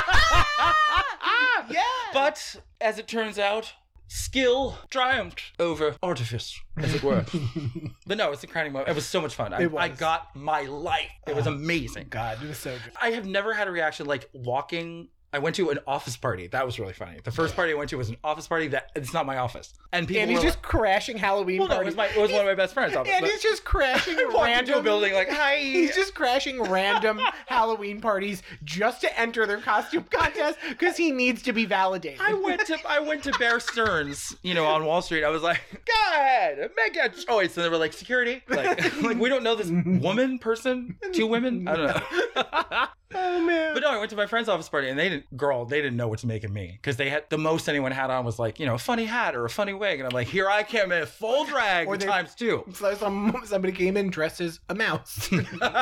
Speaker 4: Ah, yeah.
Speaker 3: (laughs) But as it turns out, skill triumphed over artifice, as it
Speaker 4: (laughs)
Speaker 3: were. but no, it's the crowning moment. It was so much fun. I,
Speaker 4: It was.
Speaker 3: I got my life. It was
Speaker 4: Oh,
Speaker 3: amazing.
Speaker 4: God, it was so good.
Speaker 3: I have never had a reaction like walking. I went to an office party. That was really funny. The first party I went to was an office party that it's not my office, and people
Speaker 4: And he's
Speaker 3: were
Speaker 4: just crashing Halloween
Speaker 3: like, well, no, it
Speaker 4: parties.
Speaker 3: was my it was one of my best friends' office.
Speaker 4: (laughs) and
Speaker 3: but
Speaker 4: he's just (laughs) crashing
Speaker 3: I walked into a
Speaker 4: random.
Speaker 3: building like hi.
Speaker 4: (laughs) He's just crashing
Speaker 3: (laughs)
Speaker 4: random Halloween parties just to enter their costume contest because he needs to be validated.
Speaker 3: I
Speaker 4: (laughs)
Speaker 3: went to I went to Bear Stearns, you know, on Wall Street. I was like, (laughs) "Go ahead, make a choice." And they were like, "Security, like, (laughs) like we don't know this woman, person, two women. I don't know." (laughs)
Speaker 4: oh man.
Speaker 3: but no, I went to my friend's office party, and they didn't, girl, they didn't know what to make of me because they had the most anyone had on was like, you know, a funny hat or a funny wig, and I'm like, here I came in full drag
Speaker 4: (laughs) Or they-
Speaker 3: times two. (laughs)
Speaker 4: so some, somebody came in dressed as a mouse.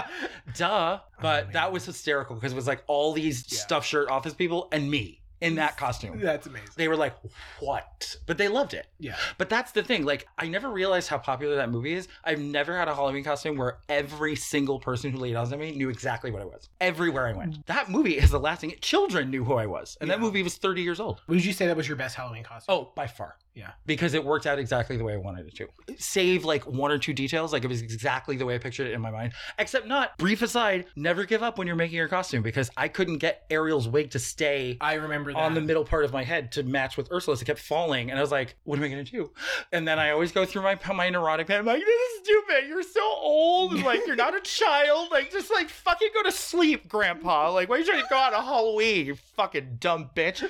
Speaker 4: (laughs)
Speaker 3: Duh. But
Speaker 4: Oh, man.
Speaker 3: that was hysterical because it was like all these
Speaker 4: Yeah.
Speaker 3: stuffed shirt office people and me in that costume.
Speaker 4: That's amazing.
Speaker 3: They were like, what? But they loved it.
Speaker 4: Yeah.
Speaker 3: But that's the thing. Like, I never realized how popular that movie is. I've never had a Halloween costume where every single person who laid eyes on me knew exactly what I was. Everywhere I went. That movie is the last thing. Children knew who I was. And that
Speaker 4: Yeah.
Speaker 3: movie was 30 years old.
Speaker 4: Would you say that was your best Halloween costume?
Speaker 3: Oh, by far.
Speaker 4: Yeah.
Speaker 3: Because it worked out exactly the way I wanted it to. Save like one or two details. Like it was exactly the way I pictured it in my mind. Except not. Brief aside, never give up when you're making your costume because I couldn't get Ariel's wig to stay
Speaker 4: I remember that.
Speaker 3: on the middle part of my head to match with Ursula's. It kept falling, and I was like, "What am I gonna do?" And then I always go through my my neurotic man. I'm like, "This is stupid. You're so old, and like you're not a child. Like just like fucking go to sleep, Grandpa. Like why are you trying to go out on Halloween? You fucking dumb bitch."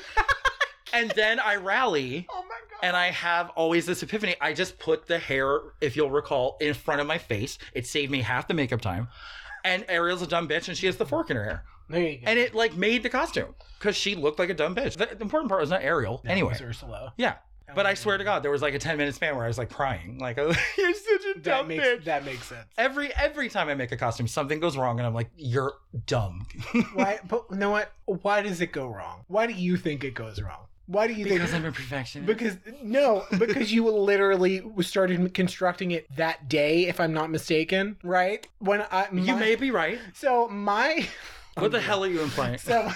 Speaker 3: and then I rally.
Speaker 4: Oh my god.
Speaker 3: And I have always this epiphany. I just put the hair, if you'll recall, in front of my face. It saved me half the makeup time. And Ariel's a dumb bitch and she has the fork in her hair
Speaker 4: There you go.
Speaker 3: and it like made the costume because she looked like a dumb bitch. The, the important part was not Ariel,
Speaker 4: That
Speaker 3: anyway.
Speaker 4: was Ursula.
Speaker 3: Yeah, but I
Speaker 4: Um,
Speaker 3: swear to God, there was like a ten minute span where I was like crying, like (laughs) you're such a
Speaker 4: that
Speaker 3: dumb
Speaker 4: makes
Speaker 3: bitch.
Speaker 4: that makes sense.
Speaker 3: (laughs) Every every time I make a costume, something goes wrong, and I'm like, you're dumb.
Speaker 4: Why? But you know what? Why does it go wrong? Why do you think it goes wrong? Why do you
Speaker 3: because
Speaker 4: think?
Speaker 3: I'm a perfectionist.
Speaker 4: Because no, because you literally started constructing it that day, if I'm not mistaken, right? When I my, Oh,
Speaker 3: you may be right.
Speaker 4: so my
Speaker 3: What the hell are you
Speaker 4: (laughs)
Speaker 3: implying?
Speaker 4: so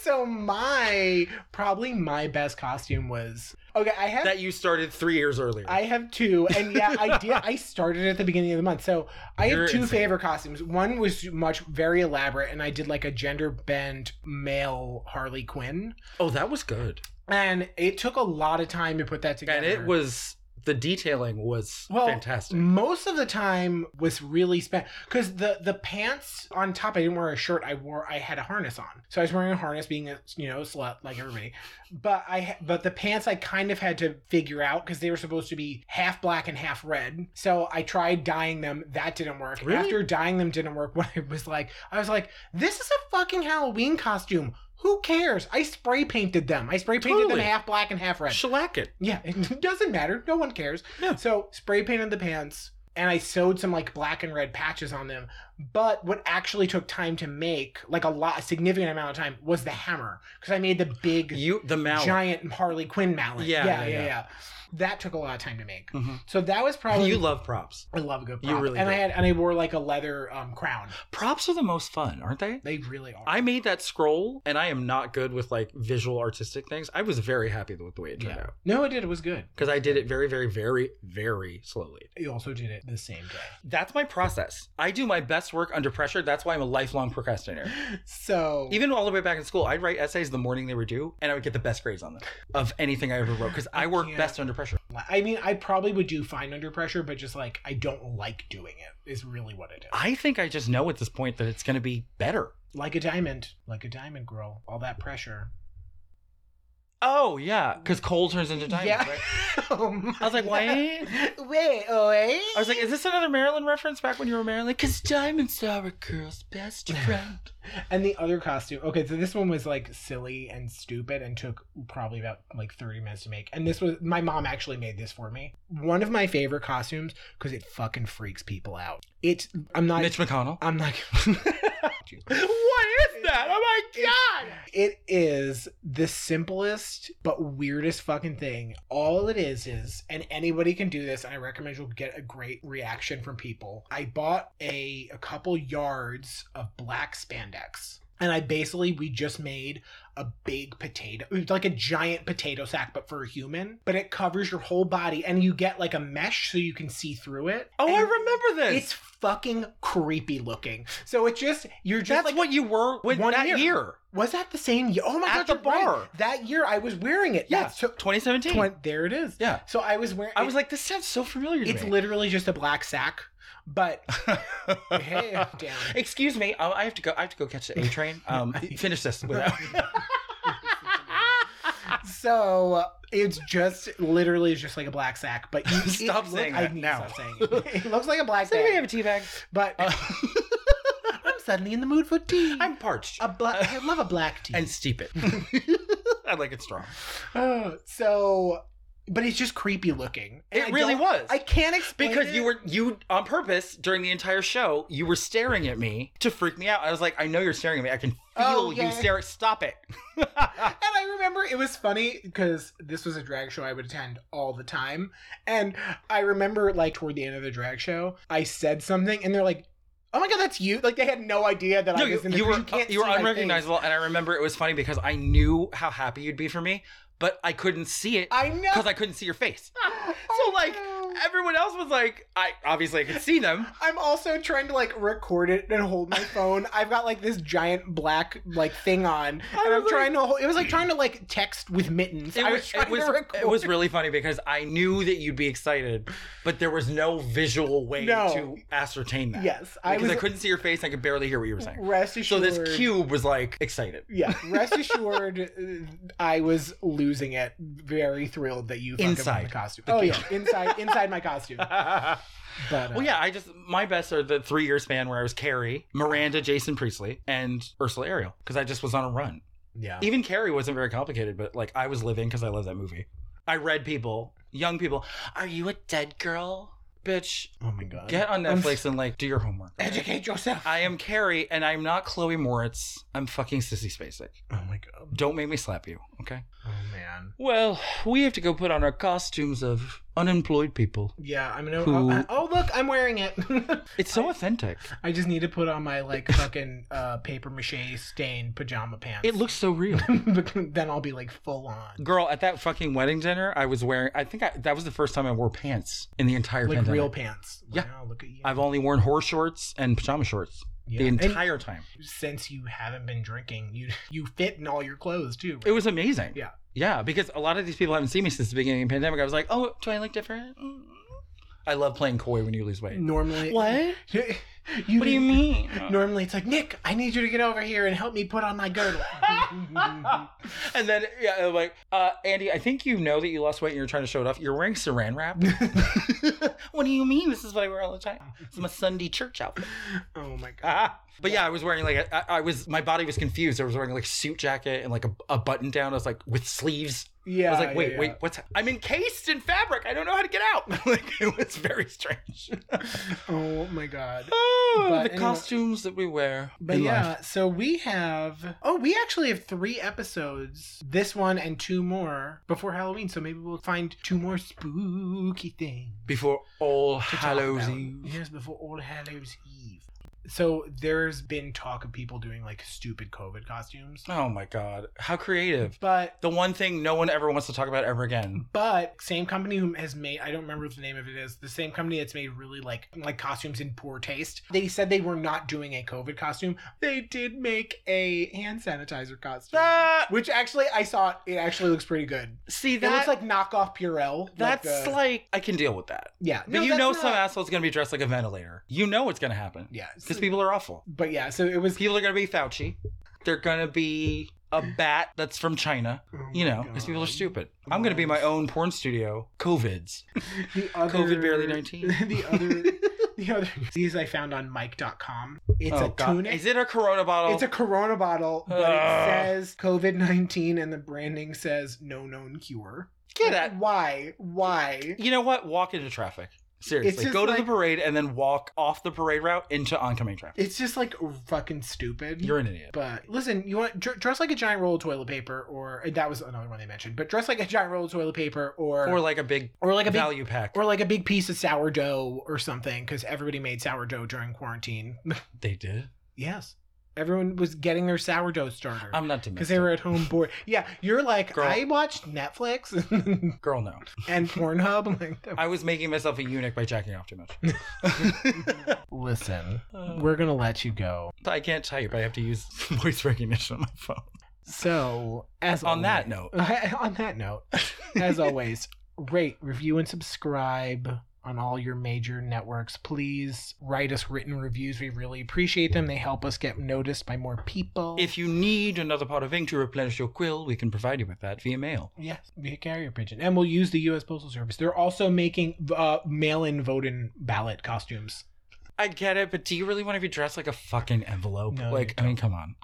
Speaker 4: so my probably my best costume was okay. I have
Speaker 3: that you started three years earlier.
Speaker 4: I have two, and yeah, I did. I started at the beginning of the month, so I
Speaker 3: You're
Speaker 4: have two
Speaker 3: insane.
Speaker 4: favorite costumes. One was much very elaborate, and I did like a gender bend male Harley Quinn,
Speaker 3: oh, that was good,
Speaker 4: and it took a lot of time to put that together.
Speaker 3: and it was the detailing was
Speaker 4: Well,
Speaker 3: fantastic.
Speaker 4: most of the time was really spent because the the pants on top. I didn't wear a shirt. I wore I had a harness on, so I was wearing a harness, being a you know slut like everybody. But I ha- but the pants I kind of had to figure out because they were supposed to be half black and half red. So I tried dyeing them. That didn't work.
Speaker 3: Really?
Speaker 4: After dyeing them didn't work. (laughs) What I was like, I was like, this is a fucking Halloween costume. Who cares? I spray painted them. I spray painted
Speaker 3: Totally.
Speaker 4: them half black and half red.
Speaker 3: Shellac it.
Speaker 4: Yeah, it (laughs) doesn't matter. No one cares.
Speaker 3: No.
Speaker 4: So spray painted the pants and I sewed some like black and red patches on them. But what actually took time to make, like a lot, a significant amount of time, was the hammer because I made the big,
Speaker 3: You the mallet.
Speaker 4: giant Harley Quinn mallet.
Speaker 3: Yeah, yeah,
Speaker 4: yeah, yeah, yeah,
Speaker 3: yeah.
Speaker 4: That took a lot of time to make.
Speaker 3: Mhm.
Speaker 4: So that was probably
Speaker 3: You love props.
Speaker 4: I love a good
Speaker 3: you
Speaker 4: prop.
Speaker 3: really
Speaker 4: and I
Speaker 3: do.
Speaker 4: had and I wore like a leather um, crown.
Speaker 3: Props are the most fun, aren't they?
Speaker 4: They really are.
Speaker 3: I made that scroll, and I am not good with like visual artistic things. I was very happy with the way it turned
Speaker 4: Yeah.
Speaker 3: out
Speaker 4: no, I did. It was good.
Speaker 3: because I did it very, very, very, very slowly.
Speaker 4: You also did it the same day.
Speaker 3: That's my process. I do my best work under pressure. That's why I'm a lifelong procrastinator.
Speaker 4: (laughs) So
Speaker 3: Even all the way back in school, I'd write essays the morning they were due, and I would get the best grades on them of anything I ever wrote because I
Speaker 4: I
Speaker 3: work
Speaker 4: can't.
Speaker 3: best under pressure.
Speaker 4: I mean, I probably would do fine under pressure, but just like I don't like doing it is really what it is.
Speaker 3: I think I just know at this point that it's going to be better.
Speaker 4: Like a diamond, like a diamond girl, all that pressure.
Speaker 3: Oh yeah, because coal turns into diamonds.
Speaker 4: yeah.
Speaker 3: Right?
Speaker 4: (laughs) Oh my
Speaker 3: I was like, wait.
Speaker 4: God. Wait, oh, wait.
Speaker 3: I was like, is this another Maryland reference back when you were Maryland? Like, cause diamonds are a girl's (sighs) best friend.
Speaker 4: and the other costume. Okay, so this one was like silly and stupid and took probably about like 30 minutes to make. And this was my mom actually made this for me. One of my favorite costumes because it fucking freaks people out. It I'm not
Speaker 3: Mitch (laughs) McConnell.
Speaker 4: I'm not (laughs) What is
Speaker 3: that?
Speaker 4: Oh my god! It is the simplest but weirdest fucking thing. All it is is, and anybody can do this, and I recommend you'll get a great reaction from people. I bought a a couple yards of black spandex. And I basically we just made a big potato, it was like a giant potato sack, but for a human. But it covers your whole body, and you get like a mesh so you can see through it.
Speaker 3: Oh, I
Speaker 4: And-
Speaker 3: remember this.
Speaker 4: it's fucking creepy looking. So it's just you're just
Speaker 3: That's
Speaker 4: like
Speaker 3: what you were with
Speaker 4: one
Speaker 3: that
Speaker 4: year.
Speaker 3: year.
Speaker 4: was that the same year? Oh my
Speaker 3: At
Speaker 4: god,
Speaker 3: the
Speaker 4: you're right.
Speaker 3: bar.
Speaker 4: that year I was wearing it.
Speaker 3: Yeah,
Speaker 4: That's so,
Speaker 3: 2017.
Speaker 4: twen- there it is.
Speaker 3: Yeah.
Speaker 4: So I was wearing.
Speaker 3: I was like, this sounds so familiar to (laughs)
Speaker 4: it's
Speaker 3: me.
Speaker 4: literally just a black sack,
Speaker 3: (laughs)
Speaker 4: but hey, damn.
Speaker 3: Excuse me, I I have to go. I have to go catch the A (laughs) train. Um, finish this. (laughs) Without...
Speaker 4: So uh, it's just literally just like a black
Speaker 3: (laughs)
Speaker 4: sack, but you, it
Speaker 3: Stop
Speaker 4: look-
Speaker 3: saying
Speaker 4: I
Speaker 3: that
Speaker 4: need to
Speaker 3: now.
Speaker 4: stop saying it.
Speaker 3: (laughs)
Speaker 4: It looks like a black
Speaker 3: Say we have
Speaker 4: sack,
Speaker 3: a tea bag. (laughs)
Speaker 4: but
Speaker 3: Uh,
Speaker 4: I'm suddenly in the mood for tea.
Speaker 3: I'm parched
Speaker 4: a black. I love a black tea.
Speaker 3: and steep (laughs) it. I like it strong.
Speaker 4: Oh, (gasps) so, but it's just creepy looking. And
Speaker 3: It
Speaker 4: I
Speaker 3: really
Speaker 4: don't-
Speaker 3: was.
Speaker 4: I can't explain
Speaker 3: because you
Speaker 4: it.
Speaker 3: were you on purpose during the entire show you were staring at me to freak me out i was like i know you're staring at me i can feel
Speaker 4: Oh, yeah.
Speaker 3: you staring stop it (laughs)
Speaker 4: And I remember it was funny because this was a drag show I would attend all the time, and I remember like toward the end of the drag show, I said something, and they're like, "Oh my god, that's you!" Like they had no idea that
Speaker 3: no,
Speaker 4: I was
Speaker 3: you,
Speaker 4: in the.
Speaker 3: you were
Speaker 4: you, can't
Speaker 3: you were
Speaker 4: see my face.
Speaker 3: unrecognizable and i remember it was funny because i knew how happy you'd be for me but i couldn't see it
Speaker 4: I know.
Speaker 3: because i couldn't see your face
Speaker 4: I (laughs)
Speaker 3: so like
Speaker 4: know.
Speaker 3: everyone else was like i obviously i could see them
Speaker 4: I'm also trying to like record it and
Speaker 3: (laughs)
Speaker 4: hold my phone. I've got like this giant black like thing on,
Speaker 3: I
Speaker 4: and I'm
Speaker 3: was like-
Speaker 4: trying to. Hold, it was like trying to like text with mittens. I was trying
Speaker 3: it was,
Speaker 4: to record.
Speaker 3: it was really funny because I knew that you'd be excited, but there was no visual way
Speaker 4: No.
Speaker 3: to ascertain that.
Speaker 4: Yes, I
Speaker 3: I
Speaker 4: was.
Speaker 3: I couldn't see your face. I could barely hear what you were saying.
Speaker 4: rest
Speaker 3: So
Speaker 4: assured.
Speaker 3: this cube was like excited.
Speaker 4: Yeah, rest assured, uh, I was losing it. Very thrilled that you fucking won the
Speaker 3: Inside
Speaker 4: costume.
Speaker 3: the
Speaker 4: oh
Speaker 3: cube.
Speaker 4: yeah, inside inside
Speaker 3: (laughs)
Speaker 4: my costume. But
Speaker 3: (laughs) well,
Speaker 4: uh,
Speaker 3: yeah, I just my best are the three year span where I was Carrie, Miranda, Jason Priestley, and Ursula Ariel because I just was on a run.
Speaker 4: yeah.
Speaker 3: Even Carrie wasn't very complicated, but like I was living because I love that movie. I read people, young people, are you a dead girl, bitch?
Speaker 4: Oh my god.
Speaker 3: Get on
Speaker 4: I'm f-
Speaker 3: Netflix and like do your (laughs) homework.
Speaker 4: Educate yourself.
Speaker 3: I am Carrie, and I'm not Chloe Moritz. I'm fucking Sissy Spacek.
Speaker 4: oh my god.
Speaker 3: Don't make me slap you, okay?
Speaker 4: Oh man.
Speaker 3: Well, we have to go put on our costumes of unemployed people.
Speaker 4: Yeah, I'm gonna.
Speaker 3: Who-
Speaker 4: Oh, oh, look, I'm wearing it. (laughs)
Speaker 3: It's so authentic.
Speaker 4: I just need to put on my like fucking uh, paper mache stained pajama pants.
Speaker 3: It
Speaker 4: (laughs)
Speaker 3: looks so real.
Speaker 4: then I'll be like full on,
Speaker 3: Girl, at that fucking wedding dinner, I was wearing, I think I, that was the first time I wore pants in the entire
Speaker 4: like
Speaker 3: pandemic.
Speaker 4: real pants.
Speaker 3: Yeah.
Speaker 4: Wow, look at you.
Speaker 3: I've only worn horse shorts and pajama shorts
Speaker 4: Yeah.
Speaker 3: the
Speaker 4: And
Speaker 3: entire time.
Speaker 4: since you haven't been drinking, you you fit in all your clothes too. right?
Speaker 3: It was amazing.
Speaker 4: Yeah.
Speaker 3: Yeah, because a lot of these people haven't seen me since the beginning of the pandemic. I was like, oh, do I look different? Mm. I love playing coy when you lose weight.
Speaker 4: normally
Speaker 3: What?
Speaker 4: Mm. (laughs) you,
Speaker 3: What do you mean?
Speaker 4: (laughs)
Speaker 3: (laughs)
Speaker 4: Normally, it's like Nick, I need you to get over here and help me put on
Speaker 3: (laughs)
Speaker 4: my girdle.
Speaker 3: and then, yeah, I'm like, uh, Andy, I think you know that you lost weight and you're trying to show it off. You're wearing saran wrap. (laughs) what do you mean? This is what I wear all the time. It's my Sunday church outfit.
Speaker 4: oh my god!
Speaker 3: Ah. (laughs) But yeah, I was wearing like a, I, I was my body was confused. I was wearing like suit jacket and like a, a button down. I was like with sleeves.
Speaker 4: Yeah,
Speaker 3: I was like,
Speaker 4: yeah,
Speaker 3: wait,
Speaker 4: yeah.
Speaker 3: wait, what's? I'm encased in fabric. I don't know how to get out. (laughs) like it was very strange. (laughs)
Speaker 4: Oh my god!
Speaker 3: oh,
Speaker 4: But
Speaker 3: the
Speaker 4: anyway-
Speaker 3: costumes that we wear. (laughs)
Speaker 4: But
Speaker 3: in
Speaker 4: yeah,
Speaker 3: life.
Speaker 4: so we have oh, we actually have three episodes, this one and two more before Halloween. So maybe we'll find two more spooky things.
Speaker 3: before all
Speaker 4: to talk
Speaker 3: Hallows
Speaker 4: about.
Speaker 3: Eve.
Speaker 4: Yes, before All Hallows Eve. So there's been talk of people doing like stupid COVID costumes,
Speaker 3: Oh my god, how creative!
Speaker 4: but
Speaker 3: The one thing no one ever wants to talk about ever again.
Speaker 4: But same company who has made I don't remember what the name of it is, the same company that's made really like like costumes in poor taste. They said they were not doing a COVID costume. They did make a hand sanitizer costume.
Speaker 3: Ah,
Speaker 4: which actually I saw it, it actually looks pretty good.
Speaker 3: see
Speaker 4: it
Speaker 3: that.
Speaker 4: looks like knockoff Purell. like
Speaker 3: that's like,
Speaker 4: the-
Speaker 3: I can deal with that.
Speaker 4: yeah.
Speaker 3: But
Speaker 4: No,
Speaker 3: you
Speaker 4: that's
Speaker 3: know
Speaker 4: not-
Speaker 3: some asshole's gonna be dressed like a ventilator. You know what's gonna happen.
Speaker 4: Yeah.
Speaker 3: Because people are awful.
Speaker 4: But yeah, so it was
Speaker 3: People are gonna be Fauci. They're gonna be a bat that's from China.
Speaker 4: Oh
Speaker 3: You know, because people are stupid. I'm gonna be my own porn studio. Covids.
Speaker 4: The other,
Speaker 3: COVID barely 19.
Speaker 4: (laughs) The
Speaker 3: (laughs)
Speaker 4: other, the other disease I found on Mike.com. It's
Speaker 3: Oh,
Speaker 4: a
Speaker 3: God.
Speaker 4: tunic.
Speaker 3: Is it a Corona bottle?
Speaker 4: It's a Corona bottle, but
Speaker 3: Ugh.
Speaker 4: it says COVID nineteen, and the branding says no known cure.
Speaker 3: Get
Speaker 4: Like,
Speaker 3: at.
Speaker 4: Why? Why?
Speaker 3: You know what? Walk into traffic.
Speaker 4: It's
Speaker 3: Seriously,
Speaker 4: just
Speaker 3: go to
Speaker 4: like-
Speaker 3: the parade and then walk off the parade route into oncoming traffic.
Speaker 4: It's just like fucking stupid.
Speaker 3: You're an idiot.
Speaker 4: But listen, you want dr- dress like a giant roll of toilet paper, or and that was another one they mentioned. But dress like a giant roll of toilet paper, or
Speaker 3: Or like a big
Speaker 4: or like a big
Speaker 3: value pack.
Speaker 4: or like a big piece of sourdough or something, because everybody made sourdough during quarantine. (laughs)
Speaker 3: They did.
Speaker 4: yes, everyone was getting their sourdough starter
Speaker 3: I'm not domestic.
Speaker 4: because they were
Speaker 3: (laughs)
Speaker 4: at home bored. Yeah, you're like
Speaker 3: Girl.
Speaker 4: I watched Netflix (laughs)
Speaker 3: Girl, no.
Speaker 4: and Pornhub. (laughs) I'm like,
Speaker 3: I was making myself a eunuch by jacking off too
Speaker 4: (laughs)
Speaker 3: much.
Speaker 4: listen,
Speaker 3: Uh,
Speaker 4: we're gonna let you go.
Speaker 3: I can't type. I have to use (laughs) voice recognition on my phone.
Speaker 4: So as
Speaker 3: on that
Speaker 4: always- (laughs)
Speaker 3: note,
Speaker 4: on that note,
Speaker 3: (laughs)
Speaker 4: as always, rate, review, and subscribe on all your major networks. Please write us written reviews. We really appreciate them. They help us get noticed by more people.
Speaker 3: if you need another pot of ink to replenish your quill, we can provide you with that via mail.
Speaker 4: Yes, via carrier pigeon, and we'll use the U.S. Postal Service. They're also making uh, mail-in voting ballot costumes.
Speaker 3: I get it, but do you really want to be dressed like a fucking envelope?
Speaker 4: No,
Speaker 3: like,
Speaker 4: you
Speaker 3: I mean, come on.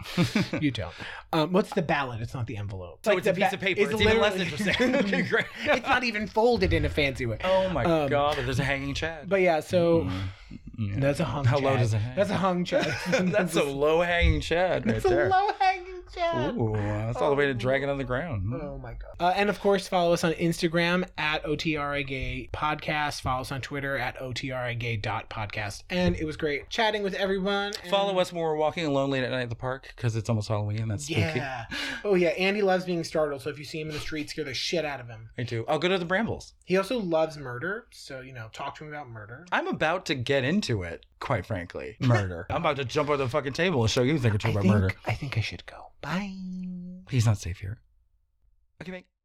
Speaker 3: (laughs)
Speaker 4: You don't. Um, what's the ballot? It's not the envelope. It's
Speaker 3: so it's a
Speaker 4: the
Speaker 3: piece
Speaker 4: ba-
Speaker 3: of paper. It's, even less interesting. (laughs)
Speaker 4: (laughs) literally-
Speaker 3: okay, great.
Speaker 4: it's not even folded in a fancy way.
Speaker 3: oh my
Speaker 4: um,
Speaker 3: god, there's a hanging Chad.
Speaker 4: But yeah, so
Speaker 3: Mm, yeah. (laughs)
Speaker 4: that's a hung.
Speaker 3: How low
Speaker 4: Chad.
Speaker 3: does it hang?
Speaker 4: That's a hung chad.
Speaker 3: (laughs)
Speaker 4: (laughs)
Speaker 3: That's a low hanging Chad right
Speaker 4: That's
Speaker 3: there.
Speaker 4: a low hanging chad.
Speaker 3: Ooh, that's all the way to
Speaker 4: Oh.
Speaker 3: dragging on the ground. Hmm.
Speaker 4: Oh my god! Uh, and of course, follow us on Instagram at otragay podcast. Follow us on Twitter at otragay.podcast. And it was great chatting with everyone. and-
Speaker 3: Follow us when we're walking alone late at night at the park because it's almost Halloween and that's spooky.
Speaker 4: Yeah. Oh yeah. Andy loves being startled, so if you see him in the street, scare the shit out of him.
Speaker 3: I do. I'll go to the Brambles.
Speaker 4: He also loves murder, so you know, talk to him about murder.
Speaker 3: I'm about to get into it, quite frankly. Murder. I'm about to jump over the fucking table and show you think or two
Speaker 4: I
Speaker 3: about
Speaker 4: think,
Speaker 3: murder.
Speaker 4: I think I should go. Bye.
Speaker 3: He's not safe here. Okay, mate.